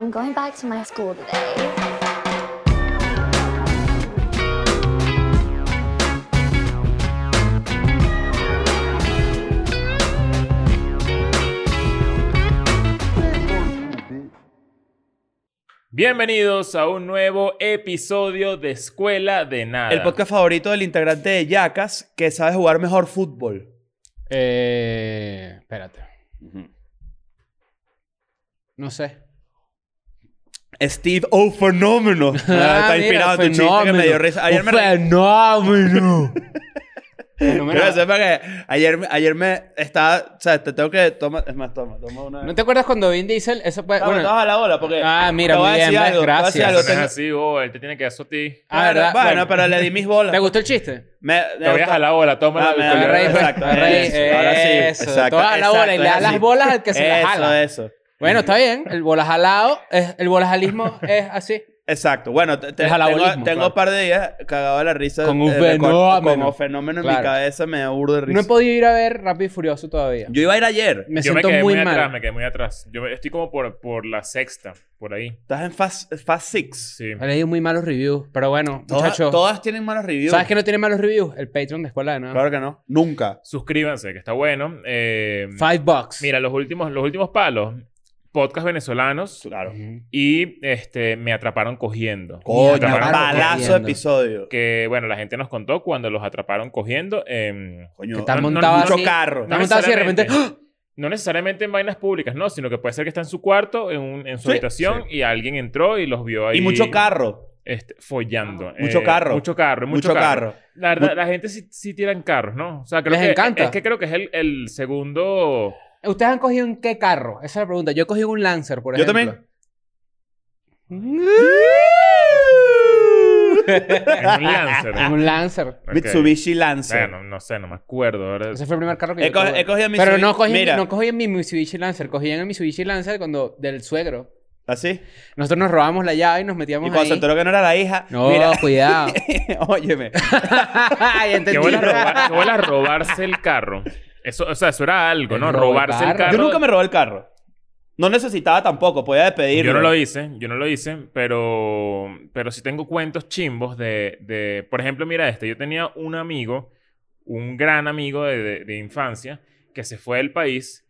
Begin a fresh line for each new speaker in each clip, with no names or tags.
I'm going back to my school today.
Bienvenidos a un nuevo episodio de Escuela de Nada.
El podcast favorito del integrante de Yacas que sabe jugar mejor fútbol.
Eh, espérate. No sé.
Steve O Fenómeno. Ah, está
mira,
inspirado en tu chiste que me dio risa. Ayer
Un
me reí.
fenómeno. Fenómeno.
Gracias, porque ayer, ayer me estaba. O sea, te tengo que. Toma, es más, toma, toma una.
¿No te acuerdas cuando Vin Diesel? Eso puede.
Ah, me
bueno,
estabas a la bola porque.
Ah, mira,
te voy a
muy
decir
bien, ves,
algo, te voy a decir
gracias.
algo,
No seas
tengo-
así, bo, él te tiene que dar eso a ti.
Ah, ¿verdad?
Bueno,
Bueno.
pero le di mis bolas.
¿te gustó el chiste?
Me,
Te voy a jalar bola, toma
Ah, me da
Me
Agarra
reí,
y-
la
pues,
Exacto,
me reí.
eso, ahora sí,
Eso,
exacto,
toda la bola
exacto,
y le da
es así.
las bolas al que se las
Eso,
jala.
eso.
Bueno, está bien. El bola jalado, es- el bola jalismo es así.
Exacto. Bueno, te- te-
El
tengo,
jalabolismo,
tengo
claro.
un par de días cagado de la risa.
Con un
eh, de cor- Con
fenómeno.
un fenómeno en mi
Claro.
cabeza, me da burdo de risa.
No he podido ir a ver Rápido y Furioso todavía.
Yo iba a ir ayer.
Me
Yo me
siento
quedé muy,
muy mal.
atrás, me quedé muy atrás. Yo estoy como por, por la sexta, por ahí.
Estás en Fast, fast Six.
Sí.
He leído muy malos reviews, pero bueno,
Todas,
muchachos.
todas tienen malos reviews.
¿Sabes qué no tiene malos reviews? El Patreon de Escuela de Nada.
Claro que no. Nunca.
Suscríbanse, que está bueno. Eh,
Five bucks.
mira, los últimos, los últimos palos. Podcast venezolanos.
Claro.
Ujú.
Y este, me atraparon cogiendo.
Coño,
Me atraparon
palazo
cogiendo.
de episodio.
Que bueno, la gente nos contó cuando los atraparon cogiendo. em,
Coño,
Que están
no, no,
montados
mucho
así.
carro.
Están montados así y de repente...
necesariamente. no necesariamente en vainas públicas, no, sino que puede ser que está en su cuarto, en, un- en su
Sí,
habitación, y alguien entró y los vio ahí.
Y mucho carro. Ah,
este, follando. Eh,
Mucho carro.
Mucho carro, mucho,
Mucho
carro.
carro.
La verdad,
Mu-
la gente sí, sí tiran carros, ¿no? O sea, creo
Les
que,
encanta.
Es que creo que es el, el segundo.
¡Ah! ¿Ustedes han cogido en qué carro? Esa es la pregunta. Yo he cogido un Lancer, por
Yo
ejemplo.
también.
Es un Lancer.
un Lancer.
Ok.
Mitsubishi Lancer.
Bueno, no sé, no me acuerdo. ahora-
Ese fue el primer carro que
He
yo
co-
tuve.
he cogido mi
Pero
Mitsubishi-
no cogí,
mira.
no cogí en mi Mitsubishi Lancer. Cogí en el Mitsubishi Lancer cuando... Del suegro.
¿Así?
Nosotros nos robamos la llave y nos metíamos
Y cuando se
ahí.
enteró que no era la hija.
No,
Mira,
cuidado.
óyeme.
Ay, entendí.
Qué bueno robar- qué bueno robarse el carro. Eso, o sea, eso era algo, ¿no?
Robar
Robarse el
carro.
carro.
Yo nunca me robé el carro. No necesitaba tampoco, podía despedirlo.
Yo no lo hice, yo no lo hice, pero, pero sí tengo cuentos chimbos de, de- por ejemplo, mira este, yo tenía un amigo, un gran amigo de, de- de infancia, que se fue del país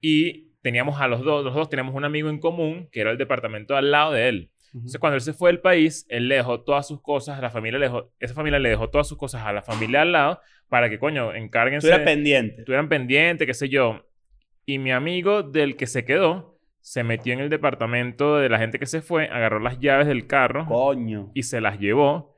y teníamos a los dos, los dos teníamos un amigo en común, que era el departamento al lado de él. Entonces, cuando él se fue del país, él le dejó todas sus cosas, a la familia le dejó, esa familia le dejó todas sus cosas a la familia al lado para que, coño, encárguense
Tú eras pendiente.
estuvieran pendientes, qué sé yo. Y mi amigo del que se quedó se metió en el departamento de la gente que se fue, agarró las llaves del carro
Coño.
y se las llevó.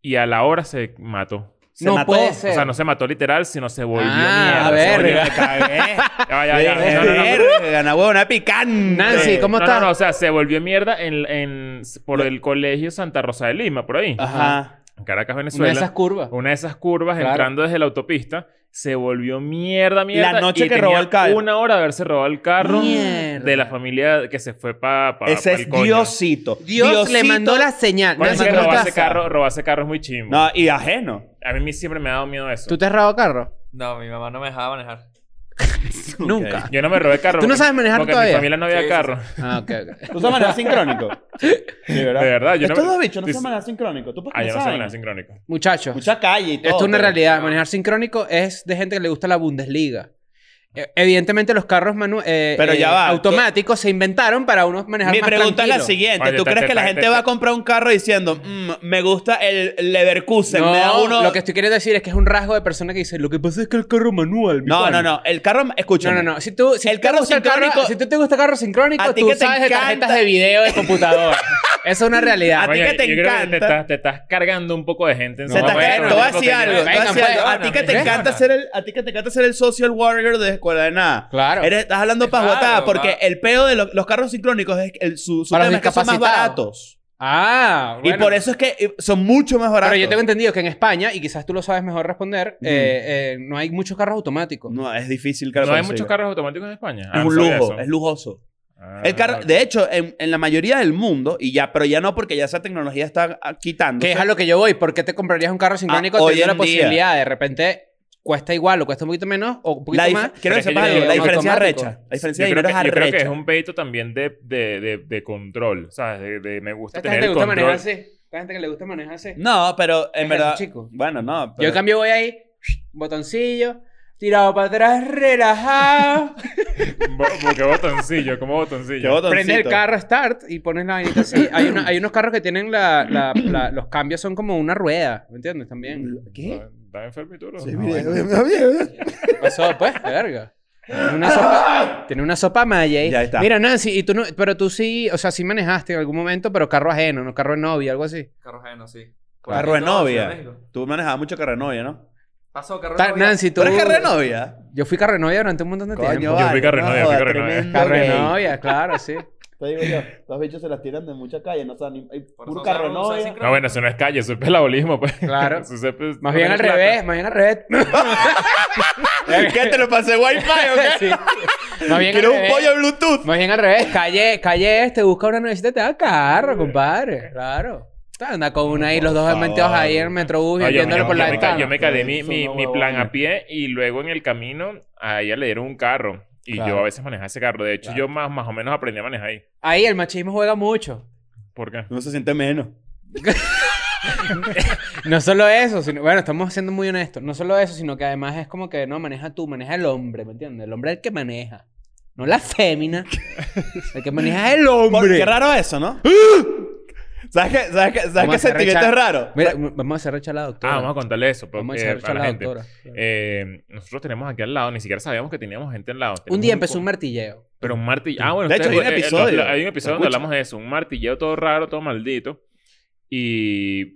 Y a la hora se mató.
Se
no
mató.
puede
O
ser.
sea, no se mató literal, sino se volvió
Ah,
mierda. se
verga.
volvió-
Me cagué.
Ya, ya, ya. No, no, no.
Verga, una huevona picante.
Nancy, ¿cómo
No,
estás?
no, no, o sea, se volvió mierda en, en- por el colegio Santa Rosa de Lima, por ahí.
Ajá.
En Caracas,
Ah. Una
Venezuela.
de esas curvas.
Una de esas curvas
Claro.
entrando desde la autopista se volvió mierda, mierda.
La noche
y
que
tenía
robó el carro.
Una hora de haberse robado el carro
Mierda.
de la familia que se fue para.
Ese es Diosito.
Dios le
Diosito-
mandó la señal.
Bueno, es
Nancy,
que
¿cómo
robarse
estás?
carro, robarse carro es muy chimbo.
No, y ajeno.
A mí siempre me ha dado miedo eso.
¿Tú te has robado carro?
No, mi mamá no me dejaba manejar.
Nunca.
Yo no me robé carro.
¿Tú no
porque-
sabes manejar
porque En
todavía?
mi familia no había
Sí, sí,
carro.
Ah, ok, ok.
¿Tú sabes manejar sincrónico? Sí, ¿verdad?
De verdad, yo no-
Estos dos bichos no
Sí,
saben
sí.
manejar sincrónico. ¿Tú por qué
Ah,
no
yo no sé
saben?
manejar sincrónico.
Muchachos,
Mucha calle y todo.
esto es una
pero-
realidad. Manejar sincrónico es de gente que le gusta la Bundesliga. E- Evidentemente los carros manu- eh,
Pero ya
eh,
va,
automáticos se inventaron para unos manejar
Mi
más
pregunta es la
tranquilo.
siguiente.
Oye,
¿Tú
te-
crees
te-
que la
te-
gente
te-
va a comprar un carro diciendo, "Mm, me gusta el Leverkusen,
No,
me da uno...
lo que estoy queriendo decir es que es un rasgo de persona que dice, lo que pasa es que el carro manual. mi
No,
pana".
no, no. El carro...
No,
Escúchame.
no, no. Si tú, si
El
te
carro
gusta el
sincrónico-
si tú te gusta el carro
A
sincrónico,
ti
tú
que te
sabes de tarjetas
encanta.
de video de computador. Esa es una realidad. pues.
A ti que te
yo creo te
encanta.
estás, te estás cargando un poco de gente. En
Se
su
te
momento,
cae-
¿no?
te voy a
Porque
decir
ya-
algo. te voy a
venga,
decir
pues,
algo. A ti que te
venga.
encanta ser el, a ti que te encanta ser el social warrior de escuela de nada.
Claro.
Eres- estás hablando
Claro,
pajuatada porque
claro.
el peo de lo- los carros sincrónicos es que el, su, su
Para
tema
los
es que son más
discapacitados.
baratos.
Ah,
Y por eso es que eh, son mucho más baratos.
Pero yo tengo entendido que en España, y quizás tú lo sabes mejor responder, eh, eh, no hay muchos carros automáticos.
Mm. No, es difícil que lo
No hay
consiga.
muchos carros automáticos en España. Ah,
Es
no
un
sabía
lujo,
eso.
es lujoso.
Ah,
El carro,
ok.
de hecho, en, en la mayoría del mundo, y ya, pero ya no porque ya esa tecnología está ah,
que
quitándose.
es a lo que yo voy. ¿Por qué te comprarías un carro sincrónico
Ah, hoy
teniendo la
en día.
posibilidad de repente cuesta igual o cuesta un poquito menos o un poquito
La dif-
más.
Pero
Quiero que
es que
sepas
yo
algo,
creo
la
que
diferencia es
automático.
arrecha. La diferencia de
yo, creo
dinero
que, yo
es
creo que es
arrecha.
un peito también de, de, de, de control, ¿sabes? De, de- me gusta
Esta
tener
gente
el
le gusta
control.
manejar así. Esta gente que le gusta manejar así.
No, pero en
Es
verdad.
chico.
Bueno, no.
Yo
pero-
en cambio voy ahí, botoncillo, tirado para atrás, relajado.
Bo- Porque botoncillo, como botoncillo.
Qué botoncito.
Prende el carro start y pones la vainita así. Hay, una- hay unos carros que tienen la, la- la- los cambios son como una rueda, ¿me entiendes? También.
¿Qué?
¿Estás enfermo y tú, no?
Sí,
No,
mira,
bueno.
mira, mira.
¿Qué pasó, pues? Verga. Tiene una sopa, tiene una sopa maya ahí.
Ya está.
Mira, Nancy, y tú no, pero tú sí, o sea, sí manejaste en algún momento, pero carro ajeno, no carro de novia, algo así.
Carro ajeno, sí.
Carro de
Todo,
novia.
Ciudad de México.
Tú manejabas mucho carro de novia, ¿no?
Pasó carro de
Ta-
novia.
Nancy, tú.
¿Tú eres carro de novia?
Yo fui carro de novia durante un montón de tiempo.
Yo fui carro de novia, fui carro de novia.
Carro de novia, claro, sí.
Te digo yo, los bichos se las tiran de mucha calle, no saben, hay
Por
puro
eso
carro de
son- son
novia.
sincronistas.
No, bueno, eso no es calle, eso es pelabolismo, pues.
Claro.
Eso es-
Más bien
no
al
plata.
revés, más bien al revés.
¿Qué? ¿Te lo pasé wifi o qué?
Sí. Más bien al
¿Quieres un
revés.
pollo Bluetooth?
Más bien al revés, calle, calle este, busca una nuevecita, te da carro, compadre. Claro. Anda con una ahí, los dos
favor.
mentidos ahí en el metrobús
No, yo,
viéndolo
yo-
por
yo me,
la
ca-
ventana.
yo me calé
Sí,
mi,
son
mi-
unos
mi
huevones.
plan a pie y luego en el camino a ella le dieron un carro. Y yo
Claro.
a veces manejaba ese carro. De hecho, yo más, más o menos aprendí a manejar ahí.
Ahí el machismo juega mucho.
¿Por qué?
No se siente menos.
No solo eso, sino, bueno, estamos siendo muy honestos. No solo eso, sino que además es como que no maneja tú, maneja el hombre, ¿me entiendes? El hombre es el que maneja. No la fémina. El que maneja es el
Por-
hombre.
Qué raro eso, ¿no? ¿Sabes qué, sabes qué, sabes
Vamos a
qué
hacer
sentimiento es
rechar-
raro?
Mira, vamos a hacer recha a la doctora.
Ah, vamos a contarle eso porque,
Vamos a
eh,
hacer recha
a
a
la
la
gente.
doctora.
Eh, nosotros tenemos aquí al lado, ni siquiera sabíamos que teníamos gente al lado.
Un
Tenemos
día empezó
co-
un martilleo.
Pero un martillo. Ah, bueno,
De hecho,
ustedes-
hay un
eh, eh,
episodio.
lo- lo- hay un episodio donde
Escucha.
hablamos de eso. Un martilleo todo raro, todo maldito. Y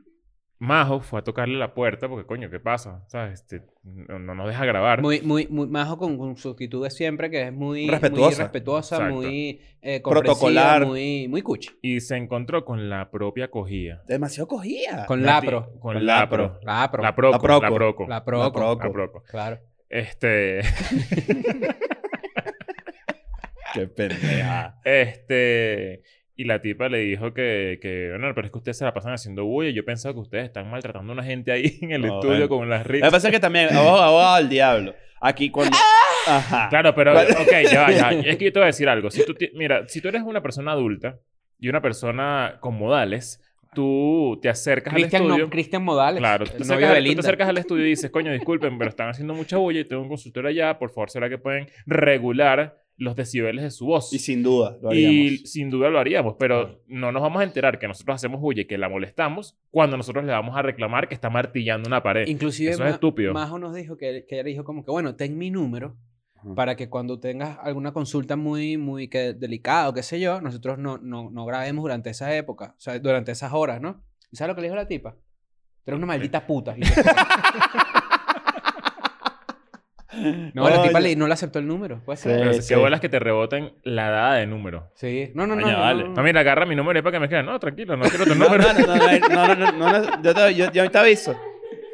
Majo fue a tocarle la puerta porque, coño, ¿qué pasa? ¿Sabes? Este, no, no nos deja grabar.
Muy, muy, muy majo con, con su actitud de siempre, que es muy
Respetuosa.
muy, respetuosa,
Exacto.
muy eh, comprensiva,
Protocolar.
muy, muy cucha.
Y se encontró con la propia cogía.
Demasiado cogía.
Con
Marti-
lapro.
Con
La
lapro.
pro.
La pro.
La proco. La
La
proco.
proco.
La proco.
La proco.
La proco.
Claro.
Este.
Qué pendeja.
Este. Y la tipa le dijo que, que bueno, pero es que ustedes se la pasan haciendo bulla. Yo pensaba que ustedes están maltratando a una gente ahí en el
No,
estudio
bueno.
con las
Lo que
risas.
pasa es que también, abogado, abogado al diablo. Aquí cuando... Ajá.
Claro, pero
Vale.
ok, ya, va, ya. va. Es que yo te voy a decir algo. Si tú, ti- mira, si tú eres una persona adulta y una persona con modales, tú te acercas
Cristian,
al
no-
estudio.
Cristian Modales.
Claro,
Él
tú,
saca
no viajas- tú te
Belinda.
acercas al estudio y dices, coño, disculpen, pero están haciendo mucha bulla y tengo un consultorio allá, por favor, será que pueden regular los decibeles de su voz.
Y sin duda lo
Y
haríamos.
sin duda lo haríamos, pero no nos vamos a enterar que nosotros hacemos bulla y que la molestamos cuando nosotros le vamos a reclamar que está martillando una pared.
Inclusive
Eso es
Ma-
estúpido.
Majo nos dijo que, que ella le dijo como que, bueno, ten mi número
Ajá.
para que cuando tengas alguna consulta muy, muy que, delicada o qué sé yo, nosotros no, no, no grabemos durante esa época, o sea, durante esas horas, ¿no? ¿Y sabes lo que le dijo la tipa? Tú eres una maldita puta. Y yo- no, la
Oye.
tipa le- no le aceptó el número. Puede ser.
Pero
Eh,
qué
sí.
bolas que te reboten la dada de número.
Sí. No, no, no.
Coño,
no,
vale.
no, no.
No, mira, agarra mi número y para que me escriban. No, tranquilo, no quiero tu
No,
número.
no, no, no, no, no, no, no, yo te, yo, yo te aviso.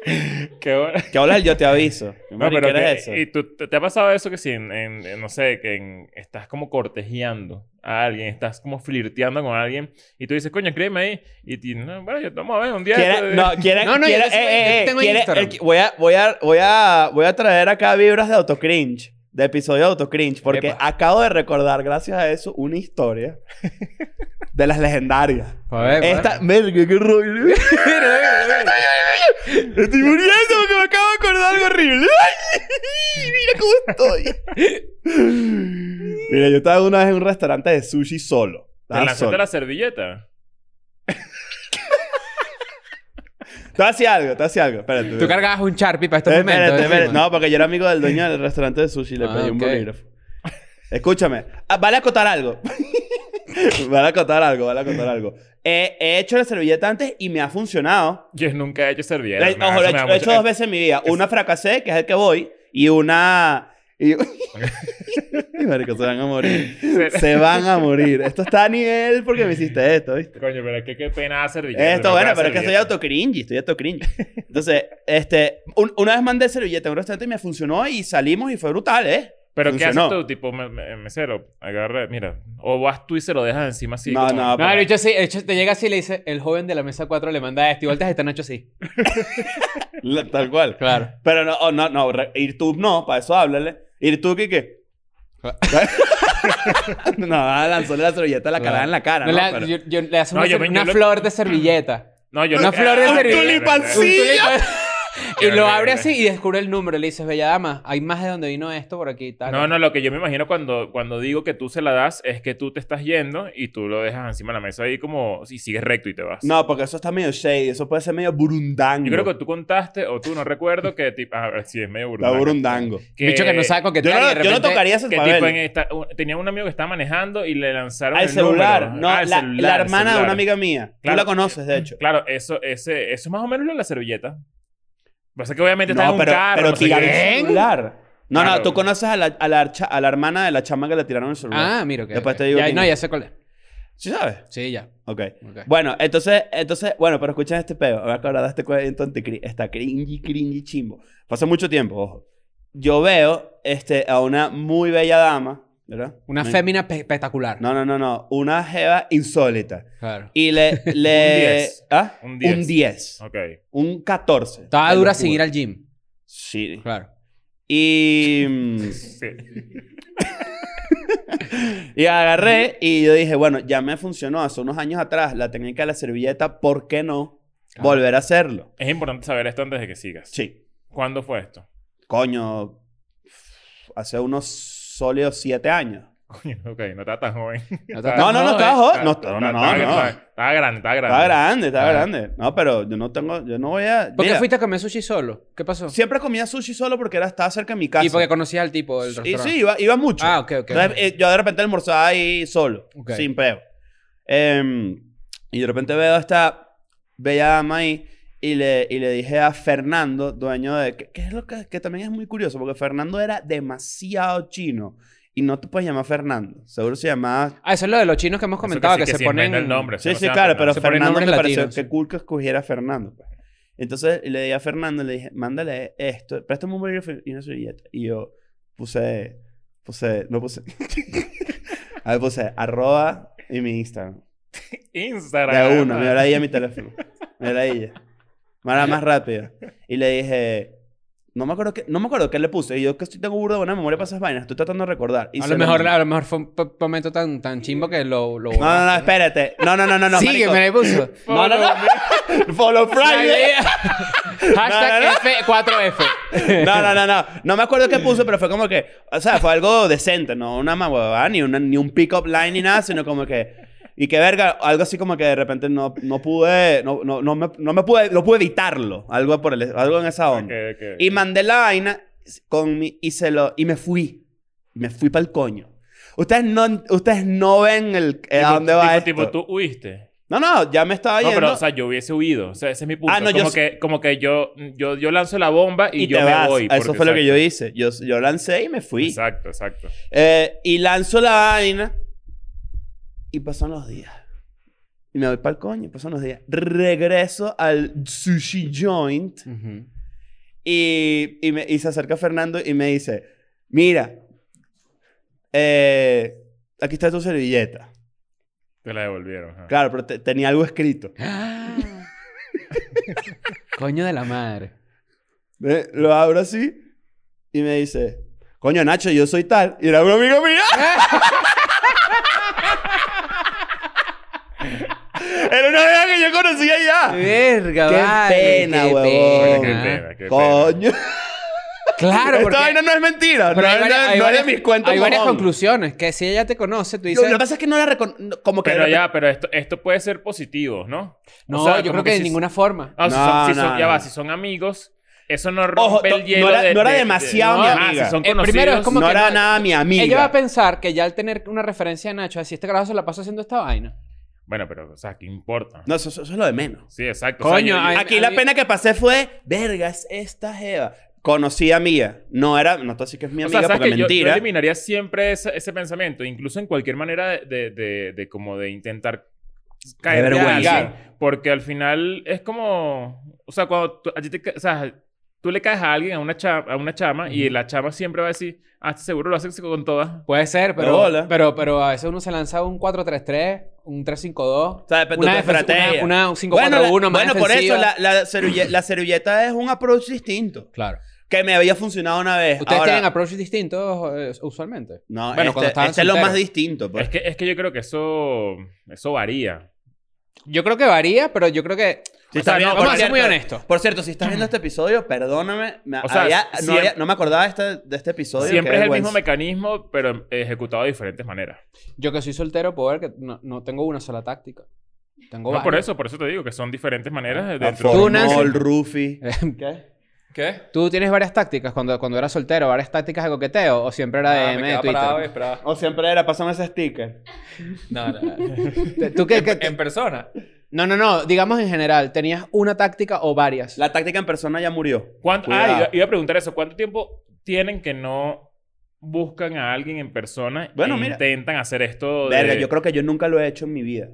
Qué bola.
Que hablas el yo te aviso.
No, pero
¿qué
que-
es eso?
¿Y tú, te, te ha pasado eso que si, en, en- en, no sé, que en- estás como cortejeando a alguien, estás como flirteando con alguien y tú dices, coño, escríbeme ahí? Y ti, no, bueno, yo tomo a ver un día.
Quiera-
esto de-
no, quiera-
No, no, yo
quiera-
no sé,
eh,
yo
eh,
tengo
quiere-
Instagram.
el- voy, a, voy, a, voy, a, voy a traer acá vibras de autocringe, de episodio de autocringe, porque
Epa.
acabo de recordar, gracias a eso, una historia de las legendarias.
A ver,
Esta, verga, qué rollo. Estoy muriendo porque me acabo de acordar algo horrible. Ay, Mira cómo estoy. Mira, yo estaba una vez en un restaurante de sushi solo.
Te
Estaba
lanzaste
solo.
la servilleta.
Te hacía algo, te hacía algo. Espérate.
Tú
espérate.
cargabas un Sharpie para estos
Eh,
momentos.
espérate, espérate.
encima.
No, porque yo era amigo del dueño del restaurante de sushi y le
Ah,
pedí un
ok.
bolígrafo. Escúchame. Ah, vale acotar algo. vale acotar algo, vale acotar algo. Eh, he hecho la servilleta antes y me ha funcionado.
Yo nunca he hecho servilleta.
La-
me da-
ojo, lo
me da
he hecho, lo he
mucho-
hecho dos veces en mi vida. Una fracasé, que es el que voy, y una... Y... Marico, se van a morir. se van a morir. Esto está a nivel porque me hiciste esto, ¿viste?
Coño, pero qué, qué pena hacer servilleta.
Esto,
no
bueno,
puedo
pero
hacer
es que soy
servilleta.
autocringy, estoy autocringy. Entonces, este, un- una vez mandé servilleta a un restaurante y me funcionó y salimos y fue brutal, ¿eh?
Pero ¿qué haces
Funcionó.
tú? Tipo, me, me- mesero, agarra, mira. O vas tú y se lo dejas encima así.
No,
como-
no,
No, el bicho sí, el bicho te llega así y le dice, el joven de la mesa 4 le manda esto. Igual te están hecho así.
La- tal cual.
Claro.
Pero no, oh, no, no, re- ir tú no, para eso háblale. Ir tú, ¿qué qué? no, lanzóle la servilleta a la cara
Claro.
en la cara.
No,
No,
la-
Pero-
yo, yo le hace
No,
una,
yo
ser-
me-
una
yo lo- Eh.
flor de servilleta.
No, yo
Una flor de
¡Ah, un
servilleta.
tulipancito!
Un
Sí,
tulipán. y
Qué
lo
horrible.
abre así y descubre el número. Le dices, bella dama, hay más de donde vino esto por aquí. Tal.
No, no, lo que yo me imagino cuando, cuando digo que tú se la das es que tú te estás yendo y tú lo dejas encima de la mesa ahí como y sigues recto y te vas.
no, porque eso está medio shady, eso puede ser medio burundango.
Yo creo que tú contaste, o tú no recuerdo, que tipo. Ah, sí, es medio
Está
burundanga.
burundango.
Que,
Bicho que no sabe
Yo
coquetear
no, yo
y de
no
repente-
tocaría ese
que
papel.
tipo en esta- un- tenía un amigo que estaba manejando y le lanzaron
Al
el
celular.
número.
No,
Ah, el
la,
celular,
la
el
hermana de
celular.
una amiga mía.
Claro.
Tú la conoces, de hecho.
Claro, eso, ese, eso es más o menos lo de la servilleta. Pasa que obviamente está en
No,
un
pero,
carro.
pero
no sé
tiraron
qué.
el celular. No,
Claro.
no, tú conoces a la, a, la archa- a la hermana de la chama que le tiraron el celular.
Ah, mira, que.
Después te digo
Ya,
quién
no,
es.
ya sé cuál es.
¿Sí sabes?
Sí, ya.
Ok.
Ok.
Bueno, entonces, entonces, bueno, pero escuchen este peo. Me acordaba de este cuento anticri- Está cringy, cringy, chimbo. Fue hace mucho tiempo, ojo. Yo veo este, a una muy bella dama, ¿verdad?
Una
Me-
fémina pe- espectacular.
No, no, no, no. Una jeva insólita.
Claro.
Y le... le
Un 10.
¿Ah?
Un 10.
Un 10.
Ok.
Un 14.
Estaba
Te lo
dura
juro.
sin ir al gym.
Sí.
Claro.
Y... mm,
Sí.
Y agarré y yo dije, bueno, ya me funcionó hace unos años atrás la técnica de la servilleta, ¿por qué no
Ah.
volver a hacerlo?
Es importante saber esto antes de que sigas.
Sí,
¿Cuándo fue esto?
coño, hace unos sólidos siete años.
Coño, ok, no estaba tan joven.
te-
No, no, no,
eh,
estaba joven. Oh, No,
Estaba-
no, no,
estaba-
no, no.
Estaba estaba grande, estaba grande.
Estaba grande, estaba
Ah.
grande. No, pero yo no tengo, yo no voy a...
¿Por qué
mira,
fuiste a comer sushi solo? ¿Qué pasó?
Siempre comía sushi solo porque era, estaba cerca de mi casa.
Y porque conocías al tipo del
Y
restaurante.
sí, iba, iba mucho.
Ah, ok, ok.
Entonces, eh, yo de repente almorzaba ahí solo,
Ok.
sin peo. Em, y de repente veo a esta bella dama ahí y le, y le dije a Fernando, dueño de... Que, que es lo que, que también es muy curioso, porque Fernando era demasiado chino. Y no te puedes llamar Fernando. Seguro se llamaba...
Ah, eso es lo de los chinos que hemos
Eso
comentado, que,
sí,
se
inventa
ponen.
el nombre. o sea,
Sí,
no
sí,
se llama
claro,
Fernando.
pero
Se ponen
Fernando me
nombres
pareció
latinos,
que
sí.
cool que escogiera Fernando. pues. Entonces le dije a Fernando, le dije, mándale esto, préstame un bolígrafo y una servilleta. Y yo puse, puse, no puse. a ver, puse arroba y mi Instagram.
Instagram.
De uno, me ahora ella mi teléfono. Me la ella. Mara más rápido. Y le dije, no me acuerdo qué, no me acuerdo qué le puse. Y yo que estoy tengo burda buena memoria para esas vainas, estoy tratando de recordar. Y
A
se
lo, mejor,
mandé.
a lo mejor fue un po- momento tan, tan chimbo que lo. lo
No, no, no, espérate. No, no, no, no, no.
sí, que
marico.
me le puso.
No, no, no. Follow Friday.
Hashtag
No, no, no.
F4F.
No, no, no, no. No me acuerdo qué puso, pero fue como que... O sea, fue algo decente. No una mamá ni, una- ni un pick-up line ni nada, sino como que... Y que verga, algo así como que de repente no, no pude... No, no, no, me, no me pude... No pude evitarlo. Algo, por el, algo en esa onda.
Ok, ok.
Y mandé la vaina con mi, y se lo... Y me fui. Me fui para el coño. Ustedes no, ustedes no ven el, eh, a
Tipo-
dónde va
tipo,
esto.
Tipo, tú huiste.
No, no, ya me estaba
No,
yendo.
pero, o sea, yo hubiese huido. O sea, ese es mi punto.
Ah, no, yo
como,
sí.
que, como que yo, yo, yo lanzo la bomba y,
y,
yo
te
me
vas.
voy.
Eso
porque-
fue lo que yo
exacto.
hice. Yo, yo lancé y me fui.
Exacto, exacto.
Eh, y lanzo la vaina. Y pasan los días. Y me voy para el coño. Pasan los días. Regreso al sushi joint.
Ujú.
Y, y me, y se acerca Fernando y me dice: Mira, eh, aquí está tu servilleta.
Te la devolvieron. ajá.
Claro, pero te- tenía algo escrito.
Coño de la madre.
Ve, Lo abro así y me dice: Coño, Nacho, yo soy tal. Y era un amigo mío. era una vez que yo conocía ya.
Verga,
Qué
vale,
pena,
qué
huevón.
Qué
pena.
pena, qué pena.
Coño.
Claro,
Esta
porque.
vaina no es mentira.
pero
no
hay
es-
varias-
no
hay
es
varias-
de mis cuentos.
Hay varias
mojón.
conclusiones. Que si ella te conoce, tú
Lo,
dices.
lo que pasa es que no la recon... no, Como que...
Pero
de
ya, pero esto, esto puede ser positivo, ¿no?
No,
O sea, como
yo creo que de
si-
ninguna forma.
Ah, si
No,
son- si
no,
son- ya
no.
va, si son amigos, eso no rompe
Ojo, no-
el
no
hielo.
era-
de-
no era
de- de-
demasiado mi
Ajá,
amiga.
Si son
Eh,
conocidos,
primero es como
repente No
que
era
no-
nada mi amiga.
Ella va a pensar que ya al tener una referencia de Nacho, así este carajo se la pasa haciendo esta vaina.
Bueno, pero, o sea, ¿qué importa?
No, eso, eso- eso es lo de menos.
Sí, exacto.
Coño,
yo- yo-
ay,
Aquí la
mí-
pena que pasé fue... Verga, es esta jeva. Conocida mía. No era... No te así que es mi
O sea,
amiga
¿sabes
porque
que yo- Yo,
mentira.
eliminaría siempre esa- ese pensamiento, incluso en cualquier manera de, de, de- de como de intentar caer
vergüenza.
Porque al final es como, o sea, cuando tú- a ti te, ca- o sea, Tú le caes a alguien, a una, cha- a una chama, y la chama siempre va a decir, ah, seguro lo haces con todas.
Puede ser,
De
pero,
bola.
pero, pero a veces uno se lanza un 4-3-3, un 3-5-2.
O sea, depende
una
de tu
defensa-
estrategia.
Una, una- un 5-4-1
bueno, la-
más
bueno, por eso
defensiva.
la, la, serville- la servilleta es un approach distinto.
Claro.
Que me había funcionado una vez.
¿Ustedes
Ahora-
tienen approaches distintos eh, usualmente?
No,
Bueno,
este,
cuando estaban
este es lo
solteros.
más distinto. Pues.
Es que, es que yo creo que eso, eso varía.
Yo creo que varía, pero yo creo que...
Sí,
o sea,
está bien,
no,
por
vamos a ser muy
cierto.
honestos.
Por cierto, si estás viendo este episodio, perdóname. me-
O sea,
había- no,
siempre-
había- no me acordaba este- de este episodio.
Siempre
qué
es el mismo
vergüenza.
mecanismo, pero em, ejecutado de diferentes maneras.
Yo que soy soltero puedo ver que no, no tengo una sola táctica.
Oh,
Tengo
No, por
varias.
eso, por eso te digo que son diferentes maneras de-
La
dentro de-
Tú, Nancy.
Formol, Rufi.
¿Qué?
¿Qué?
¿Tú tienes varias tácticas cuando, cuando eras soltero? ¿Varias tácticas de coqueteo? ¿O siempre era de
Ah,
M
me
de
quedaba
Twitter?
parado y esperaba.
O siempre era, pásame ese sticker.
No, no, no.
Te- ¿Tú qué, qué-
En persona.
No, no, no. Digamos en general. ¿Tenías una táctica o varias?
La táctica en persona ya murió.
¿Cuánto-
Cuidado.
Ah, iba, iba a preguntar eso. ¿Cuánto tiempo tienen que no buscan a alguien en persona
Bueno,
e
mira.
intentan hacer esto de...
Verga, yo creo que yo nunca lo he hecho en mi vida.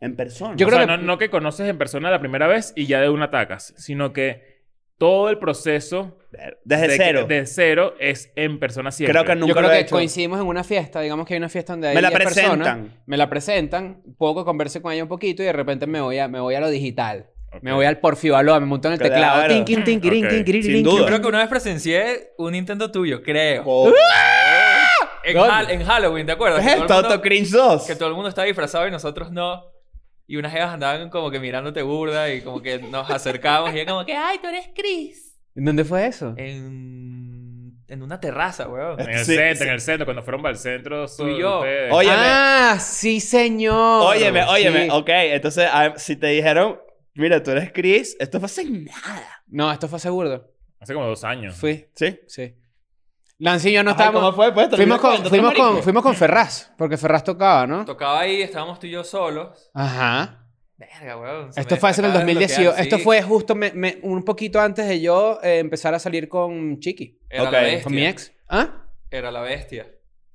En persona.
Yo
o
creo
sea,
que-
no, no que conoces en persona la primera vez y ya de una atacas, sino que todo el proceso
Ver- Desde
de,
cero.
de cero es en persona siempre.
creo que nunca
Yo creo
lo he
que
hecho.
coincidimos en una fiesta. Digamos que hay una fiesta donde hay
Me la
10 personas.
presentan.
me la presentan. Poco converso con ella un poquito y de repente me voy a, me voy a lo digital.
Ok.
Me voy al porfío Balboa, Me monto en el
Claro.
teclado. Tinkin, tinkirin,
Ok.
tinkiririn,
Sin
tinkin.
duda.
Yo creo que una vez presencié un intento tuyo, creo.
Co-
En,
¿Dónde?
Hal- en Halloween, ¿te acuerdas?
Uh, ¿Qué
Que
es
todo el
esto?
mundo-
Auto Cringe 2.
Que todo el mundo estaba disfrazado y nosotros no. Y unas jevas andaban como que mirándote burda y como que nos acercábamos y era como que, ay, tú eres Chris.
¿Dónde fue eso?
Eh,
En, en una terraza, weón.
En el
Sí,
centro,
sí.
en el centro. Cuando fueron para el centro...
Tú
so-
y yo.
ustedes-
Oye, Óyeme.
Ah, sí, señor.
Óyeme, óyeme.
Sí.
Ok, entonces ah, si te dijeron, mira, tú eres Chris, esto fue hace nada.
No, esto fue seguro.
Hace como dos años.
Fui,
¿Sí?
sí. Nancy y yo no
Ay,
estábamos.
¿Cómo fue? Pues,
Fuimos con,
¿Otro
fuimos,
marico?
con, fuimos con Ferraz, porque Ferraz tocaba, ¿no?
Tocaba ahí, estábamos tú y yo solos.
Ajá.
Verga, weón. se
Esto
me
fue hace en el
acaba de
2018.
bloquear,
Esto
sí.
fue justo me- me- un poquito antes de yo eh, empezar a salir con Chiqui,
Era
Ok,
la
con
bestia.
con mi ex. ¿Ah?
Era la bestia.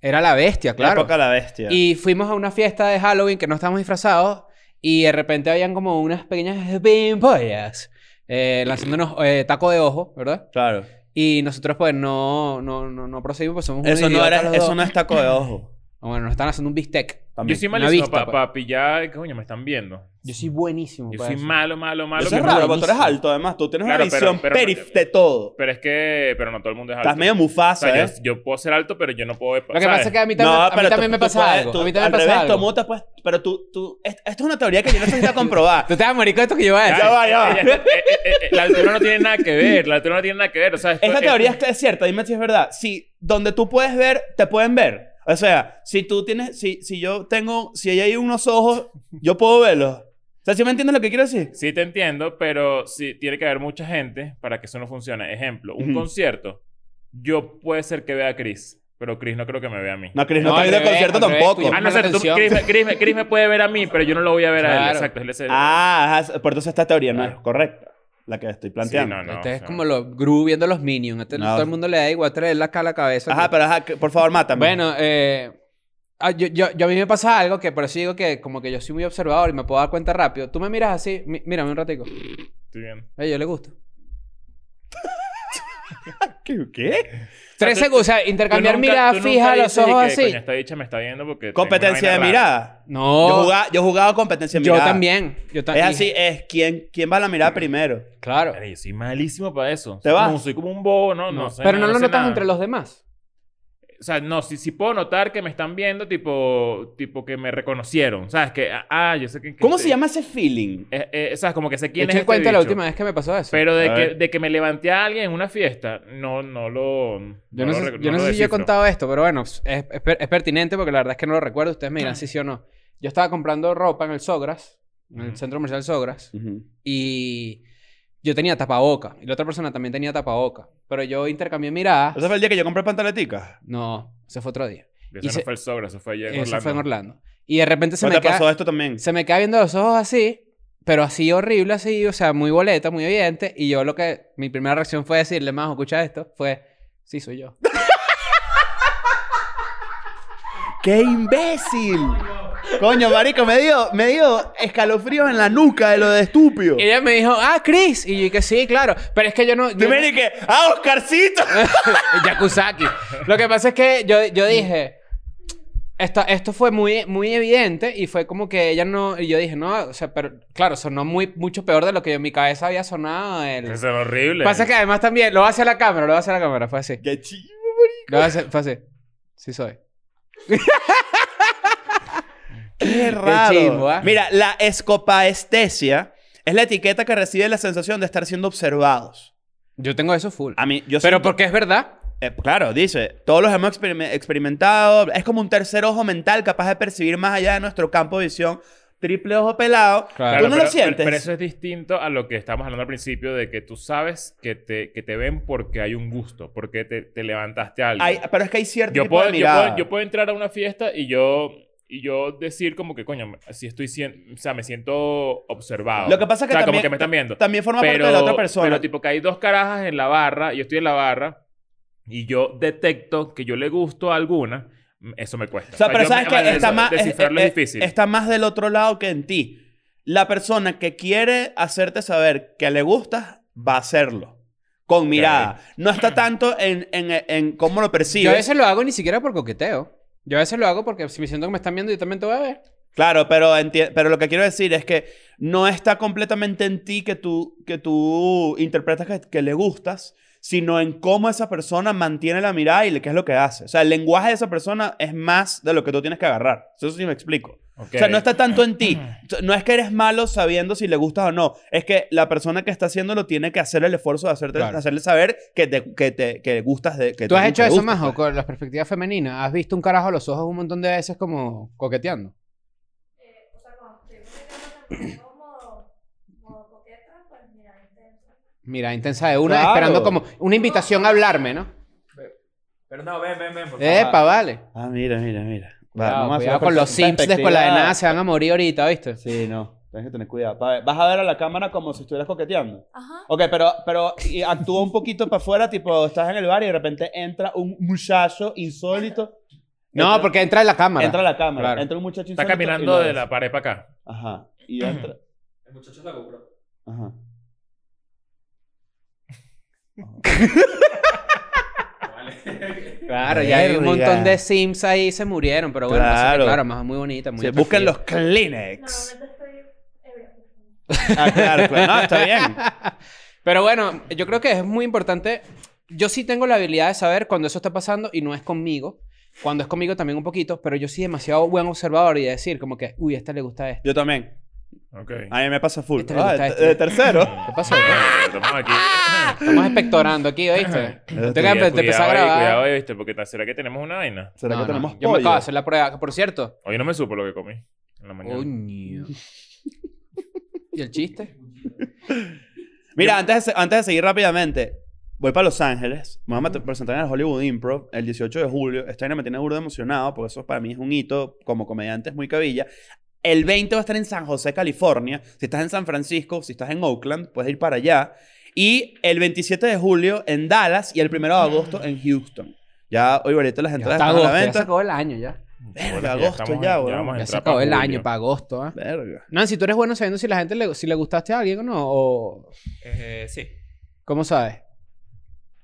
Era la bestia,
La
claro.
época de la bestia.
Y fuimos a una fiesta de Halloween que no estábamos disfrazados y de repente habían como unas pequeñas bimpollas eh, lanzándonos eh, taco de ojo, ¿verdad?
Claro.
Y nosotros pues no, no, no, no procedimos, pues somos unos
Eso no,
idiotas
era,
los
eso
dos. Ah,
no es taco de ojo.
Bueno, nos están haciendo un bistec.
Yo
También.
soy
Una
malísimo
vista, pues.
para
pa-
pillar... Coño, me están viendo.
Yo soy buenísimo.
Yo
para
soy
eso.
malo, malo, malo.
Eso es
que-
raro, porque tú eres
buenísimo.
alto, además. Tú tienes
Claro,
una
pero-
visión
pero-
perif de todo.
Pero es que... Pero no todo el mundo es alto.
Estás medio
O
mufasa,
sea,
¿eh?
yo, yo puedo ser alto, pero yo no puedo...
Lo que pasa es que a mí también, a mí también me pasa
puedes-
algo.
tú-
a mí también me
al
pasa
revés,
algo.
tú mutas, pues, pero tú, tú, est- esto es una teoría que yo no sé si la comprobar.
Tú te vas a morir con esto que yo voy a decir.
Ya va, ya va.
eh, la altura no tiene nada que ver. La altura no tiene nada que ver. O sea, esto-
Esta
esto-
teoría es, es cierta, dime si es verdad. Si donde tú puedes ver, te pueden ver. O sea, si tú tienes, si, si yo tengo, si ahí hay unos ojos, yo puedo verlos. O sea, ¿sí me entiendes lo que quiero decir?
Sí te entiendo, pero sí tiene que haber mucha gente para que eso no funcione. Ejemplo, un
Ujú.
concierto. Yo puede ser que vea a Chris, pero Chris no creo que me vea a mí.
No, Chris, no,
No,
te
al
he ido al
revés,
concierto
al revés,
tampoco.
tú ya-
Ah, no,
Ponme
exacto, tú-
atención.
Chris, me- Chris me- Chris me puede ver a mí, pero yo no lo voy a ver a él.
Claro.
Exacto. él es el-
Ah, ajá, por entonces esta teoría no es correcta, la que estoy
Sí,
planteando.
no, no,
este
o
es
sea,
como los Gru viendo los Minions. Este
No.
Todo el mundo le da igual traer la cara a la cabeza.
Ajá, pero ajá, que- por favor, mátame.
Bueno, eh, ah, yo, yo, yo a mí me pasa algo que por eso digo que como que yo soy muy observador y me puedo dar cuenta rápido. Tú me miras así, mi- mírame un ratico.
estoy bien.
A yo le gusta.
¿Qué? ¿Qué?
Tres
tú-
segundos, o sea, intercambiar
Tú nunca-
miradas
tú nunca
fijas, los
dices y
ojos
que,
así.
"Coño, esta dicha me está viendo porque... tengo una
Competencia de
vaina rara".
mirada. Yo,
No,
jugaba, yo jugaba competencia de
yo
mirada.
también. Yo ta-
Es
y-
así, es quién, quién va a la mirada primero.
Claro.
Ay, Yo soy malísimo para eso.
¿Te vas?
Como- soy como un bobo, ¿no? No,
No,
sé
pero
nada,
no lo
sé
notas
nada.
entre los demás.
O sea, no, si, si puedo notar que me están viendo, tipo, tipo que me reconocieron. ¿Sabes? Que, ah, yo sé que... que-
¿Cómo se llama ese feeling?
Eh, eh, ¿Sabes? Como que sé
Eché
quién es este
cuenta la
bicho.
última vez que me pasó eso.
Pero
A
de que,
ver.
de que me levanté a alguien en una fiesta, no, no lo...
Yo no,
lo
sé,
rec-
yo no
lo
sé si yo he
descifro.
contado esto, pero bueno, es, es per- es pertinente porque la verdad es que no lo recuerdo. Ustedes me dirán si sí o no. Yo estaba comprando ropa en el Sogras, en el
Ujú.
centro comercial Sogras, y yo tenía tapaboca. Y la otra persona también tenía tapaboca. Pero yo intercambié miradas.
¿Ese fue el día que yo compré pantaletica?
no, ese fue otro día.
Ese
Y
no
se-
fue el sobra, eso fue ayer en
Eso
Orlando.
fue en Orlando. Y de repente se
¿No
me,
te pasó
queda,
esto también?
se me queda viendo los ojos así, pero así horrible, así, o sea, muy boleta, muy evidente. Y yo lo que, mi primera reacción fue decirle, más, escucha esto, fue, sí, soy yo.
¡Qué imbécil! Coño, marico, me dio, me dio escalofrío en la nuca de lo de estúpido.
Ella me dijo, ah, Chris. Y yo que sí, claro. Pero es que yo no.
Tú
Yo
me dije, ¡ah, Oscarcito!
Eh. Yakusaki. Lo que pasa es que yo, yo dije. Esto, esto fue muy, muy evidente y fue como que ella no. Y yo dije, no, o sea, pero claro, sonó muy, mucho peor de lo que yo en mi cabeza había sonado. El...
Eso es horrible.
Pasa que además también lo hace a la cámara, lo hace a la cámara, fue así.
¡Qué chido,
Lo hace, fue así. Sí soy.
¡Qué raro!
chimbo, ¿ah?
Mira, la escopaestesia es la etiqueta que recibe la sensación de estar siendo observados.
Yo tengo eso full.
A mí, yo
pero
siento-
porque es verdad.
Eh, claro, dice, todos los hemos experime- experimentado, es como un tercer ojo mental capaz de percibir más allá de nuestro campo de visión, triple ojo pelado.
Claro.
¿Tú no
pero-
lo sientes?
Pero, pero eso es distinto a lo que estábamos hablando al principio de que tú sabes que te, que te ven porque hay un gusto, porque te, te levantaste a algo.
Hay- pero es que hay cierto
yo,
tipo
puedo,
de
yo,
mirada.
puedo, yo puedo entrar a una fiesta y yo, y yo decir como que, coño, si estoy siendo... O sea, me siento observado.
Lo que pasa es que
O sea, como
también,
que me están viendo.
también forma parte de la otra persona.
Pero tipo que hay dos carajas en la barra, yo estoy en la barra y yo detecto que yo le gusto a alguna, mm, eso me cuesta.
o sea, pero
yo
sabes
me-
que
me-
está más, es-
Descifrarlo es,
es-
difícil.
está más del otro lado que en ti. La persona que quiere hacerte saber que le gustas, va a hacerlo. Con mirada. No está tanto en, en- en cómo lo percibes.
Yo a veces lo hago ni siquiera por coqueteo. Yo a veces lo hago porque si me siento que me están viendo, yo también te voy a ver.
Claro, pero, enti- pero lo que quiero decir es que no está completamente en ti que tú, que tú interpretas que, que le gustas, sino en cómo esa persona mantiene la mirada y le- qué es lo que hace. O sea, el lenguaje de esa persona es más de lo que tú tienes que agarrar. Eso sí me explico.
Ok.
O sea, no está tanto en ti. O sea, No es que eres malo sabiendo si le gustas o no. Es que la persona que está haciéndolo tiene que hacer el esfuerzo de hacerte,
Claro.
hacerle saber que te, que te que gustas de... Que
¿Tú
te-
has
que
hecho
te
eso,
gustas,
Majo,
pues.
con la perspectiva femenina? ¿Has visto un carajo a los ojos un montón de veces como coqueteando? Mira, intensa de una,
Claro.
esperando como una invitación a hablarme, ¿no?
Pero no, ven, ven, ven, por favor.
Epa, vale.
Ah, mira, mira, mira. Va,
Cuidado,
vamos a hacer
cuidado con
perspectiva-
los simps de escuela de
perspectiva-
nada, se van a morir ahorita, ¿viste?
Sí, no. Tienes que tener cuidado. Pa- Vas a ver a la cámara como si estuvieras coqueteando.
Ajá.
Ok, pero, pero y actúa un poquito para afuera, tipo, estás en el bar y de repente entra un muchacho insólito.
No,
Entra-
porque entra en la cámara.
Entra a la cámara.
Claro.
Entra un muchacho insólito.
Está
y
caminando
lo
de
ves.
la pared para acá.
Ajá. Y entra.
El muchacho es la GoPro.
Ajá.
Vale.
Claro, ya hay un
Verga.
montón de sims ahí se murieron, pero bueno, pasa que,
Claro.
claro, Majo es muy bonita, muy
Se buscan
atractiva.
los Kleenex.
Normalmente estoy ebria.
Ah, claro, claro. No, está bien.
Pero bueno, yo creo que es muy importante. Yo sí tengo la habilidad de saber cuando eso está pasando y no es conmigo. Cuando es conmigo también un poquito, pero yo sí demasiado buen observador y de decir como que, uy, a esta le gusta esto.
Yo también.
Ok.
A mí me pasa full.
Este le
Ah,
gusta
de,
este.
de tercero.
¿Qué pasa?
Estamos aquí.
Ah.
Estamos espectorando aquí, ¿oíste? Tengo
Este,
que
Cuida-
empe- empezar
cuidado
a
ahí,
grabar.
cuidado ahí, ¿viste? Porque ta- será que tenemos una vaina.
¿Será
No,
que
no,
tenemos
Yo me acabo
pollo?
de hacer la prueba. que, Por cierto.
Hoy no me supo lo que comí en la mañana.
Coño. ¿Y el chiste?
Mira, antes de, se- antes de seguir rápidamente, voy para Los Ángeles. Me voy a mat- presentar en el Hollywood Improv el 18 de julio. Esta vaina me tiene burda emocionado porque eso para mí es un hito. Como comediante es muy cabilla. El 20 va a estar en San José, California. Si estás en San Francisco, si estás en Oakland, puedes ir para allá. Y el 27 de julio en Dallas y el 1 de
Mm.
agosto en Houston. Ya hoy ahorita las
Ya
entradas están
está
a
agosto,
la
ya se
venta.
acabó el año ya.
Verga,
Bueno,
agosto ya,
en-
weón.
vamos a
Ya se
entrar
acabó
pa'
el
julio.
año para agosto, ¿ah?
Verga.
Nancy, tú eres bueno sabiendo si la gente le, si le gustaste a alguien o no, o...
Eh, sí.
¿Cómo sabes?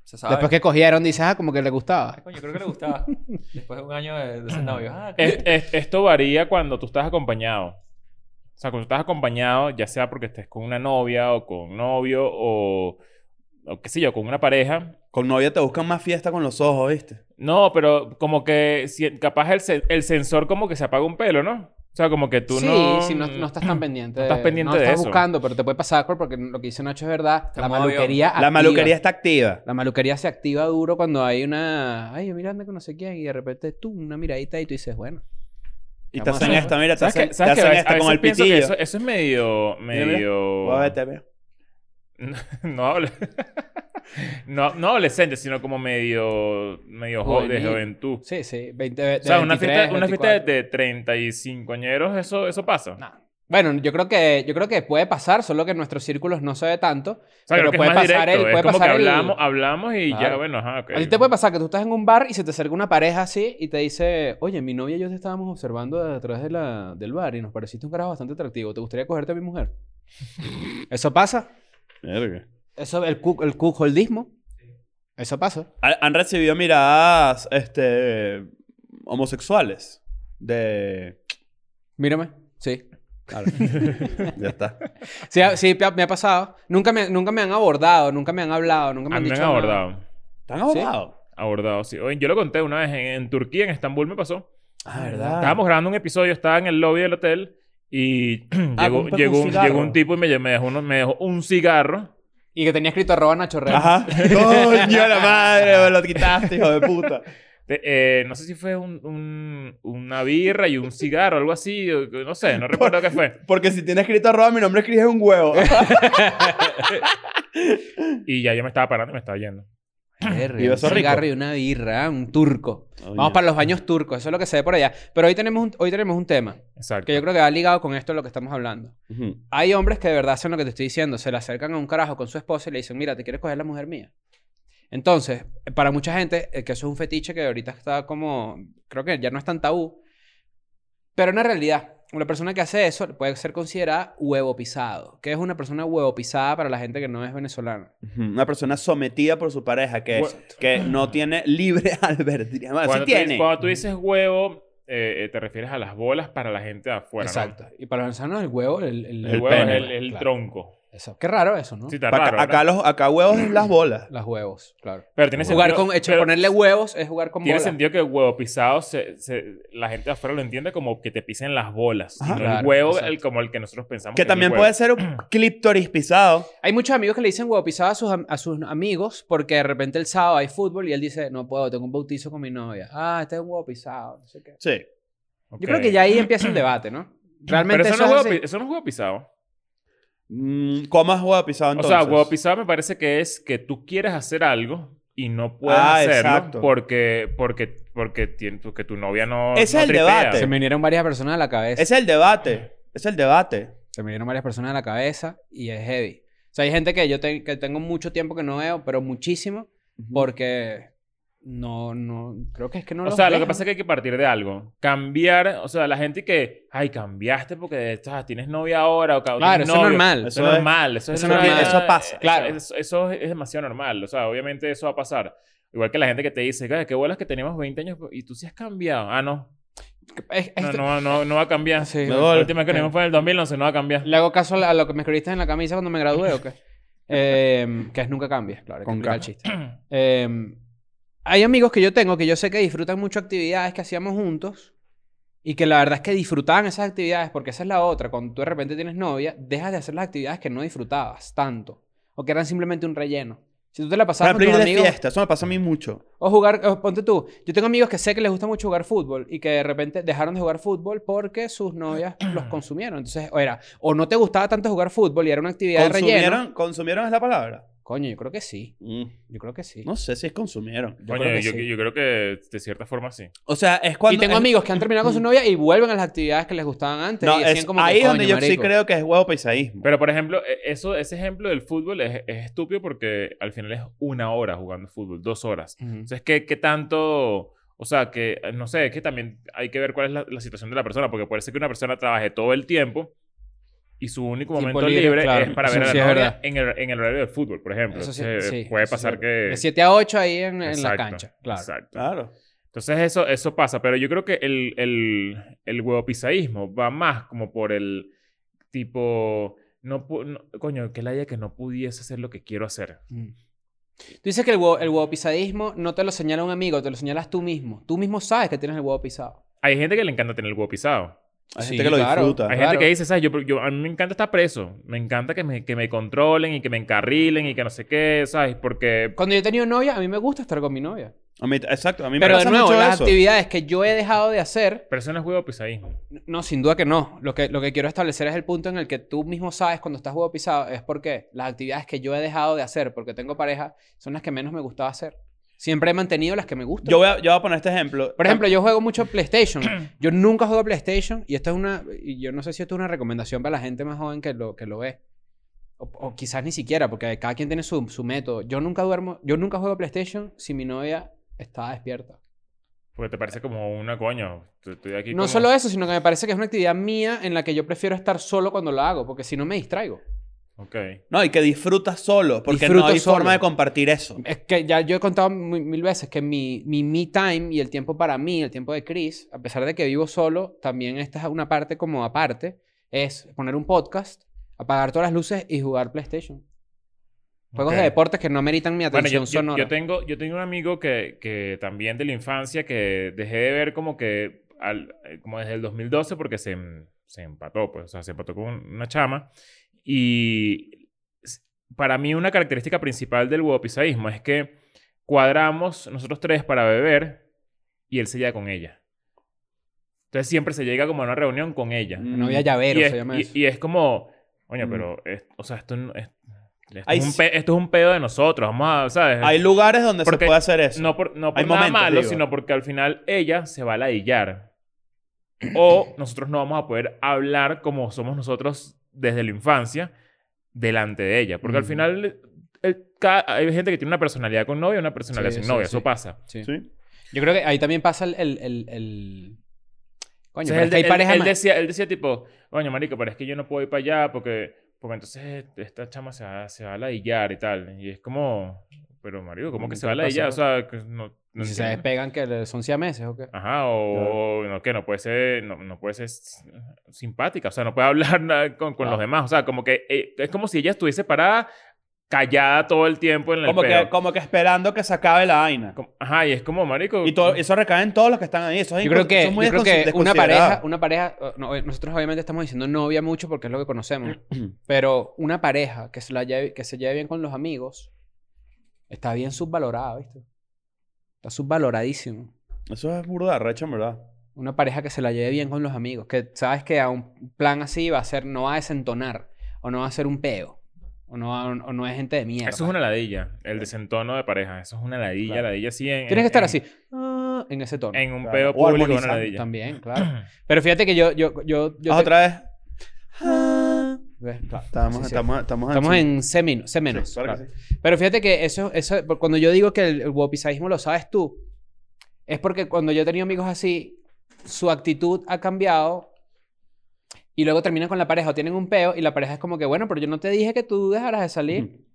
Se sabe.
Después que cogieron, dices, ah, como que le gustaba.
Coño, creo que le gustaba. Después de un año de, de ser novios. Ah, ¿qué?
Eh.
Es- es- esto varía cuando tú estás acompañado. O sea, cuando estás acompañado, ya sea porque estés con una novia o con un novio o, o qué sé yo, con una pareja.
Con novia te buscan más fiesta con los ojos, ¿viste?
No, pero como que si- capaz el, sen- el sensor como que se apaga un pelo, ¿no? O sea, como que tú
sí,
no... Mm.
sí, no, no estás tan pendiente.
no estás
de-
pendiente
no
de
estás
eso.
buscando, pero te puede pasar Cor, porque lo que dice Nacho es verdad.
Está
la
movido.
maluquería
La
activa.
maluquería está activa.
La maluquería se activa duro cuando hay una... Ay, mira, anda con no sé quién. Y de repente tú, una miradita y tú dices, bueno.
Y te
Vamos
hacen
a-
esta, mira, te
¿Sabes
hacen,
qué?
te
¿Sabes qué?
hacen
A
esta
veces
con el
pienso que
pitillo.
eso, eso es medio...
mira.
medio...
Muévete, ve.
No hable. no, no adolescente, sino como medio... Medio jo- de
Juvenil.
juventud.
Sí, sí. 20, de
O sea, una
23,
fiesta, una fiesta
24.
de 35 añeros, eso, eso pasa.
No. Bueno, yo creo que yo creo que puede pasar, solo que en nuestros círculos no se ve tanto,
O sea,
pero
creo que
puede
es más
pasar
directo.
el
es
puede
como
pasar
que
el-
hablamos, hablamos y ya,
Claro.
bueno, ajá, ok.
A ti te puede pasar que tú estás en un bar y se te acerca una pareja así y te dice, oye, mi novia y yo te estábamos observando a través de la, del bar y nos pareciste un carajo bastante atractivo. ¿Te gustaría cogerte a mi mujer? ¿Eso pasa?
Verga.
¿Eso el cu- el cujoldismo? ¿Eso pasa?
¿Han han recibido miradas este, homosexuales? De.
Mírame. Sí.
Claro. ya está.
Sí, ha- sí, me ha pasado. Nunca me, nunca me han abordado, nunca me han hablado, nunca me
A
han
mí me
dicho
Ah, han
nada.
abordado.
¿Están abordados?
Abordado, sí. Oye, yo lo conté una vez en, en Turquía, en Estambul me pasó.
Ah, ¿verdad?
Estábamos grabando un episodio, estaba en el lobby del hotel y
Ah,
llegó,
compré un
llegó, un,
cigarro.
llegó un tipo y me, lle- me dejó uno- me dejó un cigarro.
Y que tenía escrito arroba Nacho Rey.
Ajá. Coño, la madre, me lo quitaste, hijo de puta.
Te- eh, no sé si fue un, un- una birra y un cigarro, algo así. o- No sé, no recuerdo qué fue.
Porque si tiene escrito arroba, mi nombre escribe un huevo.
Y ya yo me estaba parando y me estaba yendo.
Verga,
Viva
un
Zorrico.
cigarro y una birra, ah, un turco.
Oye.
Vamos para los baños turcos, eso es lo que se ve por allá. Pero hoy tenemos un, hoy tenemos un tema
Exacto.
que yo creo que va ligado con esto de lo que estamos hablando.
Ujú.
Hay hombres que de verdad hacen lo que te estoy diciendo, se le acercan a un carajo con su esposa y le dicen, mira, te quieres coger la mujer mía. Entonces, para mucha gente, eh, que eso es un fetiche que ahorita está como, creo que ya no es tan tabú, pero en la realidad, una persona que hace eso puede ser considerada huevo pisado, que es una persona huevo pisada para la gente que no es venezolana.
Ujú. Una persona sometida por su pareja que,
Hue-
que no tiene libre albedrío. Bueno, Ah,
Cuando, tú,
sí tiene.
dices- cuando tú dices huevo, eh, eh, te refieres a las bolas para la gente de afuera. ¿no?
Exacto. Y para los venezolanos, el huevo, el, el,
El,
El
huevo
pene. pues,
es el, el
Claro.
tronco.
Eso. Qué raro eso, ¿no?
Sí, está
Pa-
raro, ¿verdad?
acá, los, acá huevos en las bolas.
Las huevos, claro.
Pero tiene
Jugar
sentido-
con, hecho,
pero
ponerle huevos es jugar con
Tiene
bola.
sentido que el huevo pisado, se- se- la gente de afuera lo entiende como que te pisen las bolas. y
Ajá.
no el
Claro,
huevo
exacto.
el, como el que nosotros pensamos.
Que
es el
también
huevo.
puede ser un clíptoris pisado.
Hay muchos amigos que le dicen huevo pisado a sus, am- a sus amigos porque de repente el sábado hay fútbol y él dice, no puedo, tengo un bautizo con mi novia. Ah, este es un huevo pisado, no sé qué.
Sí.
Ok.
Yo creo que ya ahí empieza el debate, ¿no? Realmente
Pero
eso,
eso, no es
es
huevo,
así.
pi- eso no es huevo pisado.
Mm, ¿Cómo es huevo pisado entonces?
O sea, huevo pisado me parece que es que tú quieres hacer algo y no puedes
Ah,
hacerlo
exacto.
porque porque porque, tien- porque tu novia no
Ese
no
es el debate.
Se me vinieron varias personas a la cabeza.
Es el debate. Es el debate.
Se me vinieron varias personas a la cabeza y es heavy. O sea, hay gente que yo te- que tengo mucho tiempo que no veo, pero muchísimo, porque no, no, creo que es que no
O
los
sea, lo que
dejan.
pasa es que hay que partir de algo. Cambiar, o sea, la gente que, ay, cambiaste porque estás- tienes novia ahora o ca-
Claro,
tienes
eso es
novio".
normal.
Eso,
Eso
es
es-
normal. Eso, es
eso es normal.
una-
Eso pasa.
eso-
Claro.
Eso, eso es demasiado normal. O sea, obviamente eso va a pasar. Igual que la gente que te dice, "Ay, qué bolas que teníamos 20 años y tú sí has cambiado. Ah, no.
Es- es-
No, no, no, no va a cambiar.
Sí.
Me
La
voy.
última que nos vimos fue en el 2011, no va a cambiar.
¿Le hago caso a la- a lo que me escribiste en la camisa cuando me gradué o qué? Em, que es nunca cambies, claro. hay que
Con
explicar el
K.
chiste. Em, hay amigos que yo tengo que yo sé que disfrutan mucho actividades que hacíamos juntos y que la verdad es que disfrutaban esas actividades porque esa es la otra. Cuando tú de repente tienes novia, dejas de hacer las actividades que no disfrutabas tanto o que eran simplemente un relleno. Si tú te la
Por
pasabas con
ejemplo,
tus
ir de
amigos...
fiesta. Eso me pasa a mí mucho.
O jugar, o ponte tú, yo tengo amigos que sé que les gusta mucho jugar fútbol y que de repente dejaron de jugar fútbol porque sus novias los consumieron. Entonces, o era, o no te gustaba tanto jugar fútbol y era una actividad de relleno.
¿Consumieron, ¿Consumieron es la palabra?
Coño, yo creo que sí.
Mm.
Yo creo que sí.
No sé si es consumieron.
Yo
Coño,
creo que
yo,
sí.
yo creo que de cierta forma sí.
O sea, es cuando...
y tengo
es-
amigos que han terminado con su novia y vuelven a las actividades que les gustaban antes.
No,
y decían
es
como que,
ahí es donde
"Coño,
yo sí
marico".
creo que es huevo pisadismo.
Pero, por ejemplo, e- eso, ese ejemplo del fútbol es, es estúpido porque al final es una hora jugando fútbol, dos horas.
Ujú.
Entonces, ¿qué, qué tanto...? O sea, que, eh, no sé, es que también hay que ver cuál es la, la situación de la persona. Porque puede ser que una persona trabaje todo el tiempo y su único
Tiempo
momento
libre,
libre,
claro.
es para
Eso
ver a
sí
la
es
novia
verdad.
en el, en el horario del fútbol, por ejemplo.
Eso sí,
eh,
Entonces,
sí,
puede
eso sí.
pasar que...
De 7 a 8 ahí en, en la
Exacto,
cancha. Claro.
Exacto.
Claro.
Entonces eso, eso pasa, pero yo creo que el, el, el huevopisaísmo va más como por el tipo, no, pu- no- coño, que la idea que no pudiese hacer lo que quiero hacer.
Mm. Tú dices que el huevo, el huevo pisadismo no te lo señala un amigo, te lo señalas tú mismo. Tú mismo sabes que tienes el huevo pisado.
Hay gente que le encanta tener el huevo pisado.
Hay
Sí,
gente que lo
claro.
disfruta.
Hay
Claro.
gente que dice, ¿sabes? Yo, yo- a mí me encanta estar preso. Me encanta que me, que me controlen y que me encarrilen y que no sé qué, ¿sabes? Porque...
Cuando yo he tenido novia, a mí me gusta estar con mi novia.
A mí- exacto. A mí
Pero
me
de
pasa
nuevo,
mucho
las
eso.
actividades que yo he dejado de hacer,
Pero eso no es huevopisaísmo.
no, sin duda que no. Lo que, lo que quiero establecer es el punto en el que tú mismo sabes cuando estás huevo pisado, es porque las actividades que yo he dejado de hacer porque tengo pareja son las que menos me gustaba hacer. siempre he mantenido las que me gustan.
Yo voy, a, yo voy a poner este ejemplo.
Por ejemplo, yo juego mucho PlayStation. Yo nunca juego PlayStation y esta es una. y Yo no sé si esto es una recomendación para la gente más joven que lo, que lo ve. O, o quizás ni siquiera, porque cada quien tiene su, su método. Yo nunca duermo. Yo nunca juego PlayStation si mi novia está despierta.
Porque te parece como una coño. Estoy- Estoy aquí
No
como-
solo eso, sino que me parece que es una actividad mía en la que yo prefiero estar solo cuando la hago, porque si no me distraigo.
Ok.
No, y que disfrutas solo, porque no
Disfruto
hay
solo.
forma de compartir eso.
Es que ya yo he contado mil, mil veces que mi, mi me time y el tiempo para mí, el tiempo de Chris, a pesar de que vivo solo, también esta es una parte como aparte, es poner un podcast, apagar todas las luces y jugar PlayStation. Juegos
Ok.
de deportes que no meritan mi
Bueno,
atención
yo, yo-
sonora.
yo tengo, yo tengo un amigo que, que también de la infancia que dejé de ver como que al- eh, como desde el 2012 porque se, em- se empató, pues, o sea, se empató con una chama. Y s- para mí una característica principal del guapisaísmo es que cuadramos nosotros tres para beber y él se llega con ella. Entonces siempre se llega como a una reunión con ella.
No había llavero,
y, es,
se llama
y-
eso.
y es como, oye,
Mm.
pero, es- o sea, esto, no- es- esto
Hay
es un
si-
pe- esto es un pedo de nosotros, vamos a, ¿sabes?
Hay lugares donde se
Porque
puede hacer eso.
no por, no por
hay
nada
momentos,
malo,
digo.
sino porque al final ella se va a ladillar. O nosotros no vamos a poder hablar como somos nosotros desde la infancia delante de ella. Porque al
Mm.
final el ca- hay gente que tiene una personalidad con novia y una personalidad
Sí,
sin
sí,
novia.
sí.
Eso pasa.
Sí.
Sí.
Yo creo que ahí también pasa el... el, el- el- Coño,
Entonces,
pero es
él,
que hay
él-
parejas
él
más-
decía, él decía tipo, coño, marico, pero es que yo no puedo ir para allá porque, porque entonces esta chama se va, se va a ladillar y tal. Y es como, pero marico, ¿cómo que se va a
Mm, ¿Qué pasa?
ladillar? O sea, que no, no
¿Y si se
entiendo.
despegan que le- son meses o qué?
Ajá, o, o no, que no puede ser, no, no puede ser s- simpática, o sea, no puede hablar nada con, con
Claro.
los demás, o sea, como que eh, es como si ella estuviese parada, callada todo el tiempo en el
Como que,
pedo.
como que esperando que se acabe la vaina.
Como- Ajá, y es como, marico,
Y todo, eso recae en todos los que están ahí. Eso es
Yo creo
incon-
que,
eso es muy
yo creo
descon-
que una
desconsiderado.
pareja, una pareja, eh, no, eh, nosotros obviamente estamos diciendo novia mucho porque es lo que conocemos, pero una pareja que se, la lleve, que se lleve bien con los amigos está bien subvalorada, ¿viste? Está subvaloradísimo.
Eso es burda, recha, en verdad.
Una pareja que se la lleve bien con los amigos, que sabes que a un plan así va a ser, no va a desentonar, o no va a ser un peo, o no, va- o no es gente de mierda.
eso es una ladilla, el desentono de pareja, eso es una ladilla,
Claro.
ladilla sí en...
Tienes que
en-
estar
en-
así, ah, en ese tono.
En un
Claro.
pedo
O
público una
armonizando
ladilla.
También, claro. Pero fíjate que yo, yo, yo, yo
Ah,
te-
otra vez. Ah.
¿Ves? Claro.
Estamos,
Sí, sí.
estamos, estamos,
Estamos
Ah, sí.
en semino, semenos.
Sí, claro que
claro. Pero fíjate que eso, eso, por- cuando yo digo que el, el guapisaísmo lo sabes tú, es porque cuando yo he tenido amigos así, su actitud ha cambiado y luego terminan con la pareja o tienen un peo y la pareja es como que, bueno, pero yo no te dije que tú dejaras de salir.